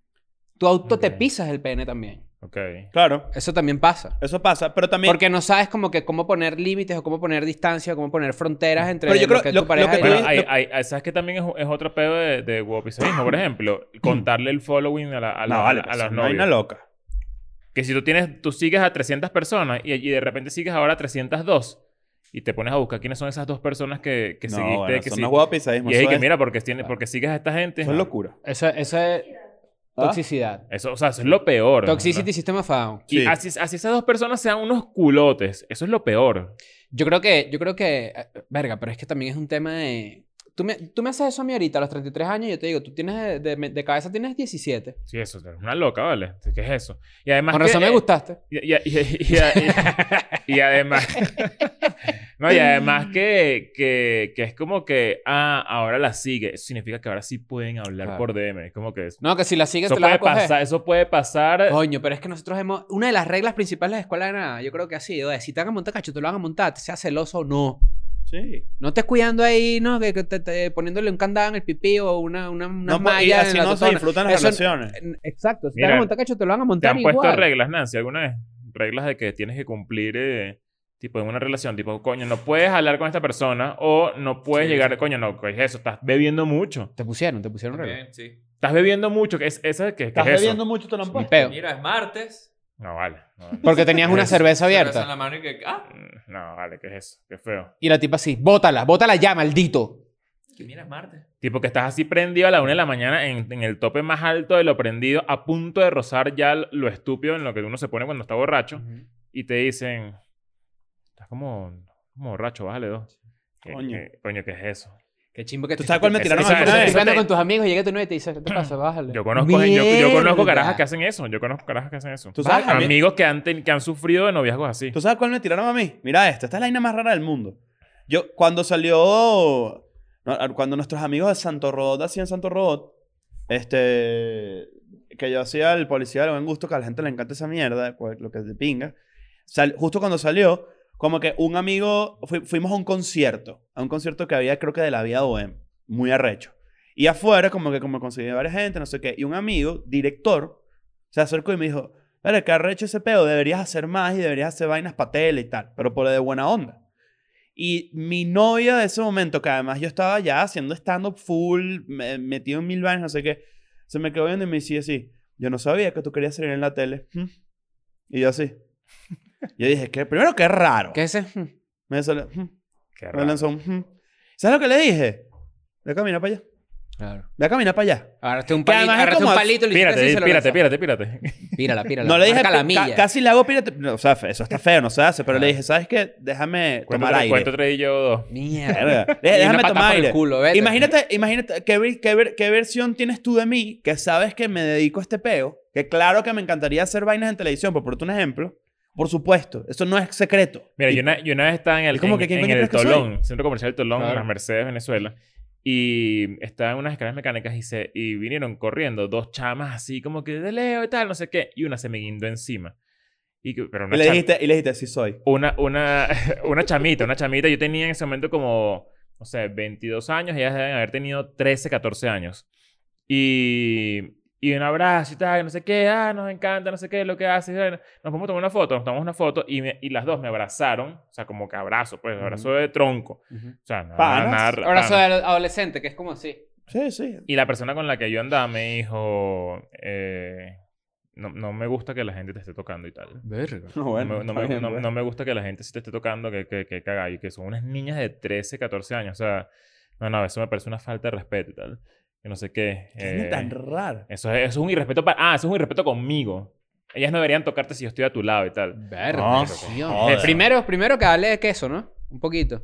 Tú auto te
Ok.
pisas el pene también.
Ok.
Claro,
Eso también pasa.
eso pasa. Pero también.
Porque no sabes como que cómo poner límites o cómo poner distancia o cómo poner fronteras entre
Pero yo creo-
lo que es
lo-
tu
lo
pareja
que
y
tú
la-
Bueno,
Pero-
hay- hay- hay- ¿sabes que también es, es otro pedo de, de guapisaísmo? Por ejemplo, contarle el following a, la, a, la-
no, vale,
a,
pues,
los
no
novios.
hay una loca.
Que si tú tienes, tú sigues a 300 personas y, y de repente sigues ahora a 302 y te pones a buscar quiénes son esas dos personas que, que
no,
seguiste.
bueno,
que
eso
sí-
no es guapo pisadismo.
y es
eso
que
es- Ah.
mira, porque, tiene, porque sigues a esta gente.
eso es locura.
Eso, eso es
¿Ah?
toxicidad.
Eso, o sea, eso es lo peor.
Toxicity
¿no?
y Sistema Faun.
Y
Sí.
así, así esas dos personas sean unos culotes. Eso es lo peor.
Yo creo que, yo creo que, eh, verga, pero es que también es un tema de... Tú me, tú me haces eso a mí ahorita, a los 33 años, y yo te digo, tú tienes, de, de- de cabeza tienes 17.
Sí, eso es una loca, ¿vale? ¿Qué es eso? Y además.
Por
que-
eso me
eh,
gustaste.
Y, y- y- y- y- y además. no, y además que, que, que es como que. Ah, ahora la sigue. Eso significa que ahora sí pueden hablar
Claro.
por DM. Es como que.
No, que si la sigues
Eso
te la vas
puede,
a coger.
pasar, eso puede pasar.
Coño, pero es que nosotros hemos... Una de las reglas principales de la escuela de nada, yo creo que ha sido, es, si te van a montar cacho, te lo van a montar, te seas celoso o no.
Sí.
No estés cuidando ahí, ¿no? Que, que te- te- poniéndole un candado en el pipí o una, una, una
No, pues, y
malla en
así
la
no se
totona.
disfrutan las
Eso-
relaciones.
Eh, Exacto, si te
Mira,
van a montar cacho, te lo van a
¿Te
montar
han puesto
igual.
reglas, Nancy, alguna vez? Reglas de que tienes que cumplir, eh, tipo, en una relación. Tipo, coño, no puedes hablar con esta persona o no puedes
Sí,
llegar...
sí.
Coño, no, ¿qué es eso? Estás bebiendo mucho.
Te pusieron, te pusieron reglas.
También, sí.
Estás bebiendo mucho. ¿Qué es, esa, qué- qué
Estás
es eso?
bebiendo mucho, te lo han
Un
puesto.
peo.
Mira, es martes.
No, vale. No,
Porque tenías una
Es-
cerveza
cerveza en
abierta.
la mano y que, ah,
no, vale. ¿Qué es eso? Qué feo.
Y la tipa así, bótala, bótala ya, maldito.
que mira, es martes.
Tipo que estás así prendido a la una de la mañana en, en el tope más alto de lo prendido, a punto de rozar ya lo estúpido en lo que uno se pone cuando está borracho. y te dicen, estás como, como borracho, bájale dos. ¿Qué-
Coño.
qué- coño, ¿qué es eso?
Qué chimbo que
¿Tú sabes cuál me tiraron
Esa-
a mí
esa-
una
Estás
esa-
vez?
eso
hablando
te-
con tus amigos, llega tu novia y te dice, ¿qué te pasa? Bájale.
Yo conozco, gen- yo, yo conozco carajas que
Mierda.
hacen eso. Yo conozco carajas que hacen eso.
¿Tú sabes? A mí-
Amigos que han, ten- que han sufrido de noviazgos así.
¿Tú sabes cuál me tiraron a mí? Mira esto, esta es la vaina más rara del mundo. Yo, cuando salió. no, Cuando nuestros amigos de Santo Rodot hacían Santo Rodot, este. Que yo hacía el policía de buen gusto, que a la gente le encanta esa mierda, pues, lo que es de pinga. Sal- justo cuando salió, como que un amigo. fui- fuimos a un concierto, a un concierto que había, creo que de la Vía Bohem, muy arrecho. Y afuera, como que como conseguí varias gente, no sé qué. Y un amigo, director, se acercó y me dijo, dale, que arrecho ese pedo, deberías hacer más y deberías hacer vainas para tele y tal, pero por de buena onda. Y mi novia de ese momento, que además yo estaba ya haciendo stand-up full, me- metido en mil vainas, no sé qué, se me quedó viendo y me decía así, yo no sabía que tú querías salir en la tele. ¿Mm? Y yo así. Yo dije, que primero que raro.
¿Qué es ese?
Me, salió, "Mm".
Qué
me
raro.
lanzó un... "Mm". ¿Sabes lo que le dije? Ve a caminar para allá.
Claro.
Ve a caminar para allá.
Agarraste un
Que
palito,
además es
agarraste un
como-
palito y le hiciste así y
Pírate,
se lo
pírate, pírate,
lanzaste.
pírate.
Pírala, pírala.
No le dije,
Marca la
ca-
milla.
casi le hago pirata. no, o sea, fe- eso está feo, no se hace, pero le dije, ¿sabes qué? Déjame
Cuento
tomar
tres-
aire.
Cuento tres y yo dos.
Mierda.
Verga.
Y
Deja-
una
Déjame
patada
tomar
por el
aire.
culo, vete.
Imagínate, imagínate qué, ver- qué ver- qué versión tienes tú de mí que sabes que me dedico a este peo. Que claro que me encantaría hacer vainas en televisión, por ponerte un ejemplo. Por supuesto, eso no es secreto.
Mira,
Y-
yo una, yo una vez estaba en el,
Es como
en-
que, ¿quién
en
coño
el
crees que soy?
Tolón, Centro Comercial del Tolón, en
Claro.
las Mercedes, Venezuela. Y estaba en unas escaleras mecánicas y, se, y vinieron corriendo dos chamas así, como que de Leo y tal, no sé qué. Y una se me guindó encima. Y, que- pero
y
una,
le
chama-
dijiste, y le dijiste, sí soy.
una, una, una chamita, una chamita. Yo tenía en ese momento como, no sé, 22 años. Ellas deben haber tenido 13, 14 años. Y, y un abrazo y tal, no sé qué. Ah, nos encanta, no sé qué, lo que haces. bueno. Nos vamos a tomar una foto, nos tomamos una foto. Y, me- y las dos me abrazaron. O sea, como que abrazo, pues, abrazo de tronco. O sea, nada,
Panas.
nada-
Ahora soy
panas.
adolescente, que es como así.
Sí, sí.
Y la persona con la que yo andaba me dijo... eh, no, no me gusta que la gente te esté tocando y tal.
Verga.
No,
No
bueno.
me- no,
está
me,
bien,
no-
pues.
no me gusta que la gente se te esté tocando, que, que, que caga, y que son unas niñas de 13, 14 años. O sea, no, no, eso me parece una falta de respeto y tal. Que no sé qué.
¿Qué vaina
eh,
tan raro.
eso, es, eso es un irrespeto para... Ah, eso es un irrespeto conmigo. Ellas no deberían tocarte si yo estoy a tu lado y tal.
Verga.
No,
tío.
joder.
Eh, primero, primero que darle queso, ¿no? Un poquito.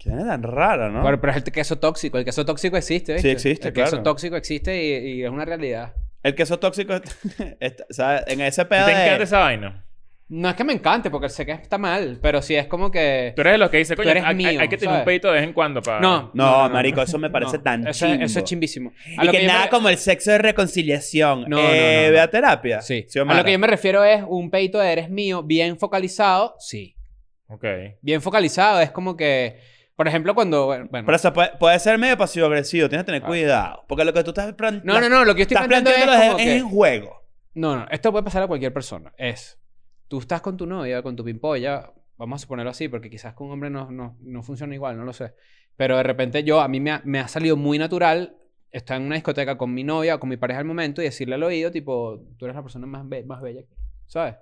Qué vaina tan rara, ¿no?
Pero, pero es el queso tóxico. El queso tóxico existe, ¿viste?
Sí, existe,
El queso
claro.
tóxico existe y, y es una realidad.
El queso tóxico, está- o sea, en ese
¿Y
pedo
¿Te
de...
eh,
encanta esa vaina?
No es que me encante, porque sé que está mal, pero sí es como que...
Tú eres de los que dice,
Tú
coño,
eres
hay, hay-
mío,
hay que tener
¿sabes?
un peito de vez en cuando para...
No,
No, marico, eso me parece
No,
tan
eso,
chimbo.
Eso es chimbísimo. A
Y
lo
que,
que yo
nada
me-
como el sexo de reconciliación. eh,
No, no, no, no.
Ve a terapia.
Sí. a
Omar.
lo que yo me refiero es un peito de eres mío bien focalizado. Sí.
Ok.
Bien focalizado es como que... Por ejemplo, cuando... Bueno, bueno.
Pero eso puede, puede ser medio pasivo-agresivo. Tienes que tener
Ah.
cuidado. Porque lo que tú estás, plan-
no, no, no. Lo que yo estoy
estás
planteando es
planteando es,
como
es
que...
en juego.
No, no, esto puede pasar a cualquier persona. Es, tú estás con tu novia, con tu pimpolla, vamos a suponerlo así, porque quizás con un hombre no, no, no funciona igual, no lo sé. Pero de repente yo, a mí me ha, me ha salido muy natural estar en una discoteca con mi novia o con mi pareja al momento y decirle al oído, tipo, tú eres la persona más, be- más bella, que-", ¿sabes?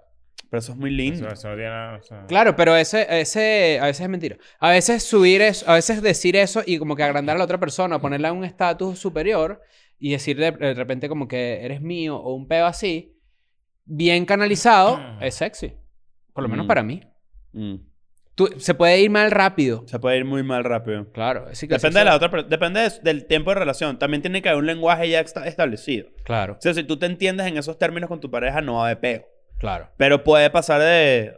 Pero eso es muy lindo.
Eso, eso no tiene nada... o sea-
Claro, pero ese, ese, a veces es mentira. A veces subir eso, a veces decir eso y como que agrandar a la otra persona, ponerla en un estatus superior y decirle de repente como que eres mío o un pedo así, bien canalizado,
Ah.
es sexy. Por lo menos
Mm.
para mí.
Mm.
Tú- se puede ir mal rápido.
Se puede ir muy mal rápido.
Claro, sí que
Depende
sí,
de la
sí.
otra, pero depende de- del tiempo de relación. También tiene que haber un lenguaje ya esta- establecido.
Claro,
O sea, si tú te entiendes en esos términos con tu pareja, no va de peo.
claro.
Pero puede pasar de.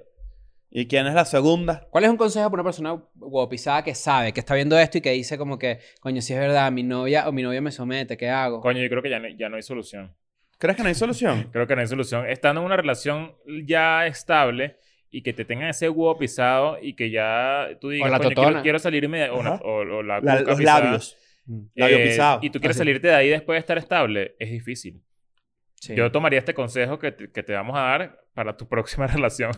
¿Y quién es la segunda?
¿Cuál es un consejo para una persona guapizada que sabe, que está viendo esto y que dice como que, coño, si es verdad, mi novia o mi novia me somete, ¿qué hago?
Coño, yo creo que ya no, ya no hay solución.
¿Crees que no hay solución?
Creo que no hay solución. Estando en una relación ya estable y que te tengan ese huevo pisado y que ya tú digas,
O la
"Coño,
totona".
quiero, quiero salirme de, o, una-
Ajá.
o- o la,
La-
cuca
los
pisada,
labios.
Mm,
eh,
Labio pisado.
Y tú quieres
Así.
salirte de ahí después de estar estable, es difícil.
sí.
Yo tomaría este consejo que te, que te vamos a dar para tu próxima relación.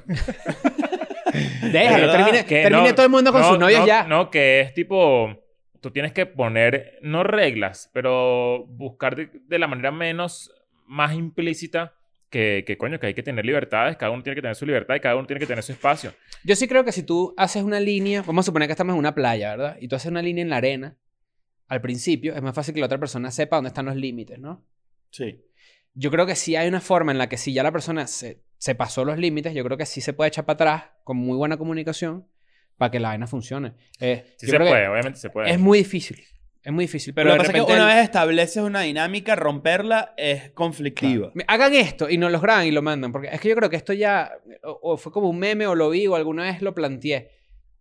Déjalo,
¿Verdad?
termine,
Que
termine
no-
todo el mundo con
no,
sus novios
no,
ya.
No, que es tipo, tú tienes que poner, no reglas, pero buscar de, de la manera menos, más implícita que, que coño, que hay que tener libertades, cada uno tiene que tener su libertad y cada uno tiene que tener su espacio.
Yo sí creo que si tú haces una línea, vamos a suponer que estamos en una playa, ¿verdad? Y tú haces una línea en la arena, al principio es más fácil que la otra persona sepa dónde están los límites, ¿no?
Sí.
Yo creo que sí hay una forma en la que si ya la persona se, se pasó los límites, yo creo que sí se puede echar para atrás con muy buena comunicación para que la vaina funcione. Eh,
Sí
yo
se
creo que
puede, obviamente se puede.
Es muy difícil. Es muy difícil,
Pero
pero
lo
de
que pasa es que
repente
una
el-
vez estableces una dinámica, romperla es conflictiva.
Me- Hagan esto y nos los graban y lo mandan. Porque es que yo creo que esto ya. O, o fue como un meme o lo vi o alguna vez lo planteé.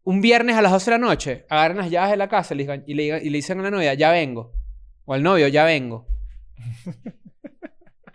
Un viernes a las 12 de la noche, agarran las llaves de la casa y le, digan- y le, digan- y le dicen a la novia, ya vengo. O al novio, ya vengo.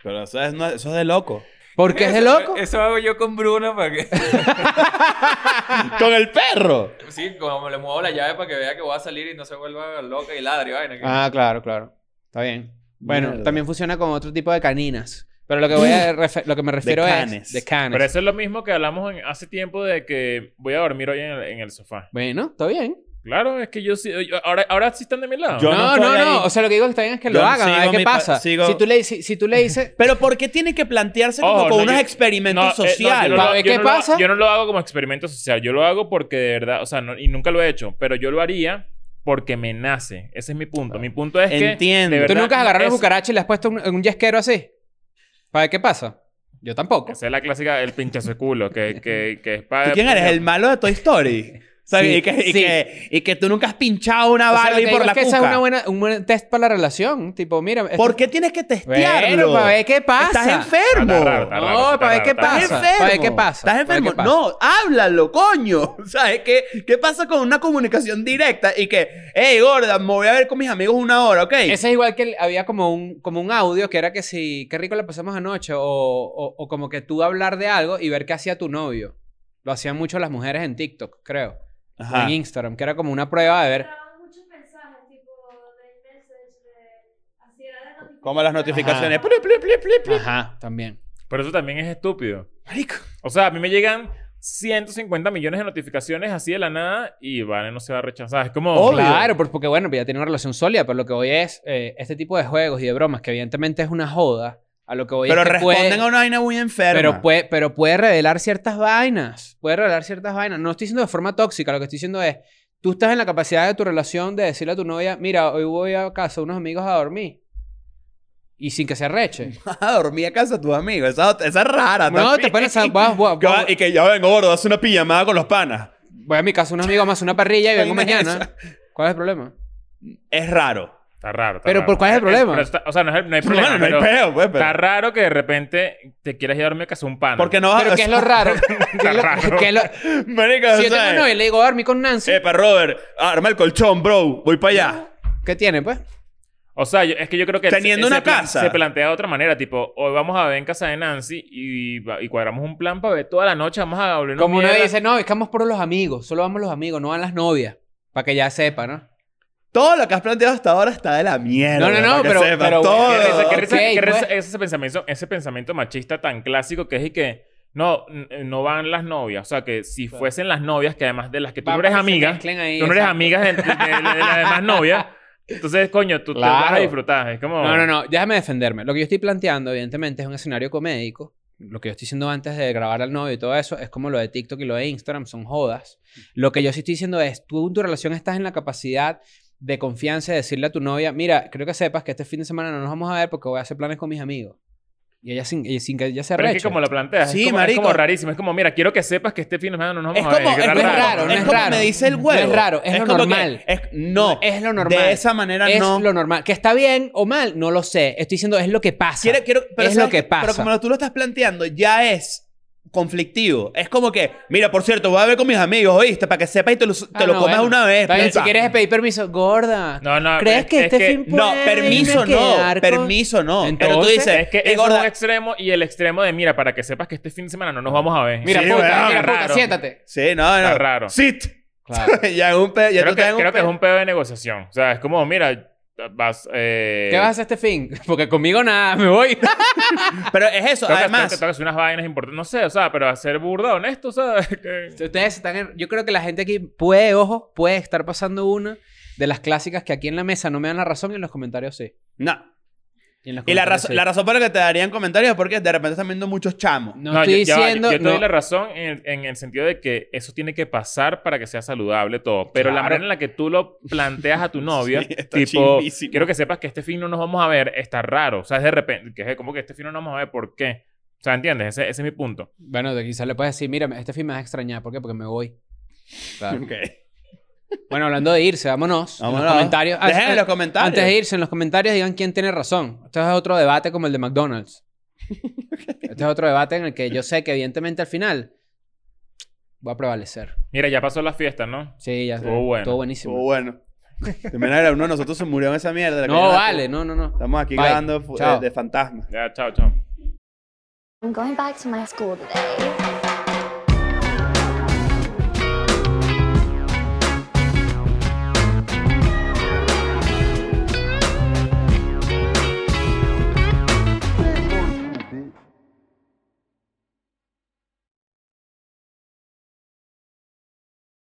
Pero eso es, no- eso es de loco.
Porque es de
Eso-
loco.
Eso hago yo con Bruno para que...
¡Con el perro!
Sí, como le muevo la llave para que vea que voy a salir y no se vuelva loca y ladre, vaina. que-
Ah, claro, claro. Está bien. Bueno,
Mierda.
también funciona con otro tipo de caninas. Pero lo que, voy a refe- lo que me refiero
canes.
es. De canes.
Pero eso es lo mismo que hablamos en- hace tiempo de que voy a dormir hoy en el, en el sofá.
Bueno, está bien.
Claro, es que yo sí. yo- ahora, ahora sí están de mi lado.
Yo no
no,
estoy
no, no,
ahí.
O sea, lo que digo que está bien es que
Yo
lo hagan. A
sigo
ver qué
mi pa-
pasa.
sigo-
Si, tú le, si, si tú le dices.
Pero ¿por qué tiene que plantearse como
Oh,
Ojo,
con
no,
unos
yo-
experimentos
No, eh, no, yo
sociales?
no lo-
Pa' ver
yo
qué
no lo-
pasa.
yo no lo hago como experimento social. Yo lo hago porque de verdad, o sea, no- y nunca lo he hecho, pero yo lo haría porque me nace. Ese es mi punto. Mi punto es
Entiendo.
que. de
¿Tú
verdad,
nunca has agarrado
es-
una cucaracha y le has puesto un- en un yesquero así? ¿Para ver qué pasa? Yo tampoco.
Esa es la clásica, el pinchazo de culo, que, que, que es para.
¿Tú quién eres? ¿El malo de Toy Story? O sea,
Sí,
y, que, y,
sí.
que, y que tú nunca has pinchado una
O sea, lo
Barbie
que digo
por la
es que
cuca.
esa es una buena, un buen test para la relación. Tipo, mira... esto-
¿Por qué tienes que testearlo?
Bueno, para ver qué pasa.
Estás enfermo.
Está raro, está raro,
No,
está
para ver
raro,
qué
está
pasa.
raro.
Estás enfermo.
¿Para qué pasa?
Estás
¿Para
enfermo.
qué pasa?
No, háblalo, coño. ¿Sabes qué? ¿Qué pasa con una comunicación directa? Y que, hey, gorda, me voy a ver con mis amigos una hora, ¿ok?
Ese es igual que el- había como un, como un audio que era que si... Qué rico la pasamos anoche. O, o- o como que tú hablar de algo y ver qué hacía tu novio. Lo hacían mucho las mujeres en TikTok, creo.
Ajá.
En Instagram. Que era como una prueba de ver...
Entraban muchos mensajes, tipo de message, de así era de notificaciones.
Como las notificaciones.
Ajá.
Pli, pli, pli, pli, pli.
Ajá, también.
Pero eso también es estúpido.
Marico.
O sea, a mí me llegan 150 millones de notificaciones así de la nada y Vane no se va a rechazar. Es como.
Obvio.
Claro, por- porque bueno, pues ya tiene una relación sólida, pero lo que voy es eh, este tipo de juegos y de bromas, que evidentemente es una joda, a lo que voy
Pero
es que
responden
puede,
a una vaina muy enferma.
pero puede, pero puede revelar ciertas vainas, puede revelar ciertas vainas. No estoy diciendo de forma tóxica, lo que estoy diciendo es, tú estás en la capacidad de tu relación de decirle a tu novia, mira, hoy voy a casa de unos amigos a dormir. Y sin que se arreche.
Vas a dormir a casa de tus amigos. Esa, esa es rara.
No, te
también.
pones a... Voy, voy-
Que va-
voy-
Y que ya vengo, gordo, hace una pijamada con los panas.
voy a mi casa unos amigos más una parrilla y vengo
Vaina
mañana. ¿Cuál es el problema?
Es raro.
Está raro. está
Pero,
raro.
¿por cuál es el problema?
pero está- o sea, no, es el- no hay problema.
Bueno, no hay
pero
peo, pues, pero-
Está raro que de repente te quieras ir a dormir a casa de un pana.
Porque no vas
Pero ¿qué es lo raro? ¿Qué es lo-
raro.
qué es lo-
Marico,
Si yo tengo
¿sabes?
una novia y le digo, dormí con Nancy,
Epa, Robert, arma el colchón, bro. Voy para allá.
¿qué tiene, pues?
O sea, yo- es que yo creo que...
Teniendo una
plan-
casa.
Se plantea de otra manera. Tipo, hoy vamos a ver en casa de Nancy y, va- y cuadramos un plan para ver toda la noche. Vamos a volver
Como uno dice, no, es que vamos por los amigos, solo vamos los amigos, no van las novias, para que ya sepa, ¿no?
Todo lo que has planteado hasta ahora está de la mierda.
No, no, no,
para que
pero-
sepas,
pero-
todo.
Qué risa, qué risa-
Ok,
qué risa-
pues.
ese, pensamiento, ese pensamiento machista tan clásico que es y que... No, n- no van las novias. O sea, que si fuesen las novias, que además de las que tú
Va-
no eres
para que se
amiga...
mezclen ahí,
tú no eres
exacto.
amiga de, de- de- de las demás novias. Entonces, coño, tú te vas a
Claro.
disfrutar. Es como...
No, no, no, déjame defenderme. Lo que yo estoy planteando, evidentemente, es un escenario comédico. Lo que yo estoy diciendo antes de grabar al novio y todo eso es como lo de TikTok y lo de Instagram, son jodas. Lo que yo sí estoy diciendo es, tú en tu relación estás en la capacidad de confianza de decirle a tu novia, mira, creo que sepas que este fin de semana no nos vamos a ver porque voy a hacer planes con mis amigos. Y ella sin, y sin que ella se
Pero es
arreche.
que como lo planteas, es,
Sí,
como, es
marico.
como rarísimo. Es como, mira, quiero que sepas que este fin de semana no nos
Es
vamos
como,
a ver.
es,
Qué
como-
no es raro, no
es
es
como
raro.
me dice el
No
huevo.
es raro, es lo
como que-
normal.
es- no,
es lo normal.
De esa manera
es
no.
lo normal. Que está bien o mal, no lo sé. Estoy diciendo es lo que pasa.
Quiero- quiero- pero
es
¿sabes
lo que
qué?
pasa.
Pero como tú lo estás planteando, ya es conflictivo. Es como que, mira, por cierto, voy a ver con mis amigos, ¿oíste? Para que sepas y te lo, te
Ah,
lo
no,
comas
bueno.
una vez.
Está bien, si
piensa.
quieres pedir permiso, gorda.
No, no,
¿Crees
es-
que
es
este
que-
fin
No,
puede
permiso
irme a
no,
quedar con-
permiso no. pero tú
Entonces,
dices,
Es que
"Ey,
es
gorda,
un extremo y el extremo de, mira, para que sepas que este fin de semana no nos vamos a ver.
Mira,
Sí,
puta,
weón,
mira, puta,
raro.
siéntate.
Sí, no, no.
Está raro.
Sit.
Claro.
ya es un pe- ya
creo
tú
que,
estás en
creo que es
pe-
un pedo de negociación. O sea, es como, mira, vas... Eh,
¿Qué vas a hacer este fin? Porque conmigo nada, me voy.
Pero es eso,
tengo que-
además.
tengo que- tengo que hacer unas vainas importantes. No sé, o sea, pero hacer burda honesto, o sea... que-
Ustedes están en- Yo creo que la gente aquí puede, ojo, puede estar pasando una de las clásicas que aquí en la mesa no me dan la razón y en los comentarios sí.
No.
Y, en los
Y la,
comentarios
razo-
sí.
la razón por la que te darían comentarios es porque de repente están viendo muchos chamos.
No,
No, yo,
estoy
ya va, yo-
diciendo...
yo te doy
no.
la razón en, en el sentido de que eso tiene que pasar para que sea saludable todo. Pero la
Claro.
manera en la que tú lo planteas a tu novia,
Sí, está
tipo,
chimbísimo.
quiero que sepas que este fin no nos vamos a ver, está raro. O sea, es de repente, que es como que este fin no nos vamos a ver, ¿por qué? O sea, ¿entiendes? Ese, ese es mi punto.
Bueno, de- quizás le puedes decir, mira, este fin me vas a extrañar. ¿Por qué? Porque me voy. Claro.
Ok.
Bueno, hablando de irse, vámonos. En
Vámonos.
los comentarios.
Dejen
antes-
en los comentarios.
Antes de irse, en los comentarios digan quién tiene razón. Esto es otro debate como el de McDonald's. Este es otro debate en el que yo sé que evidentemente al final va a prevalecer.
Mira, ya pasó la fiesta, ¿no?
Sí, ya
Estuvo bueno.
Estuvo buenísimo.
Estuvo bueno. De manera, uno de nosotros se murió en esa mierda. la
No,
cañada.
vale, no, no, no.
Estamos aquí
Bye.
grabando fu- eh,
Chao.
de, de fantasmas.
Ya, chao, chao.
I'm going back to my school today.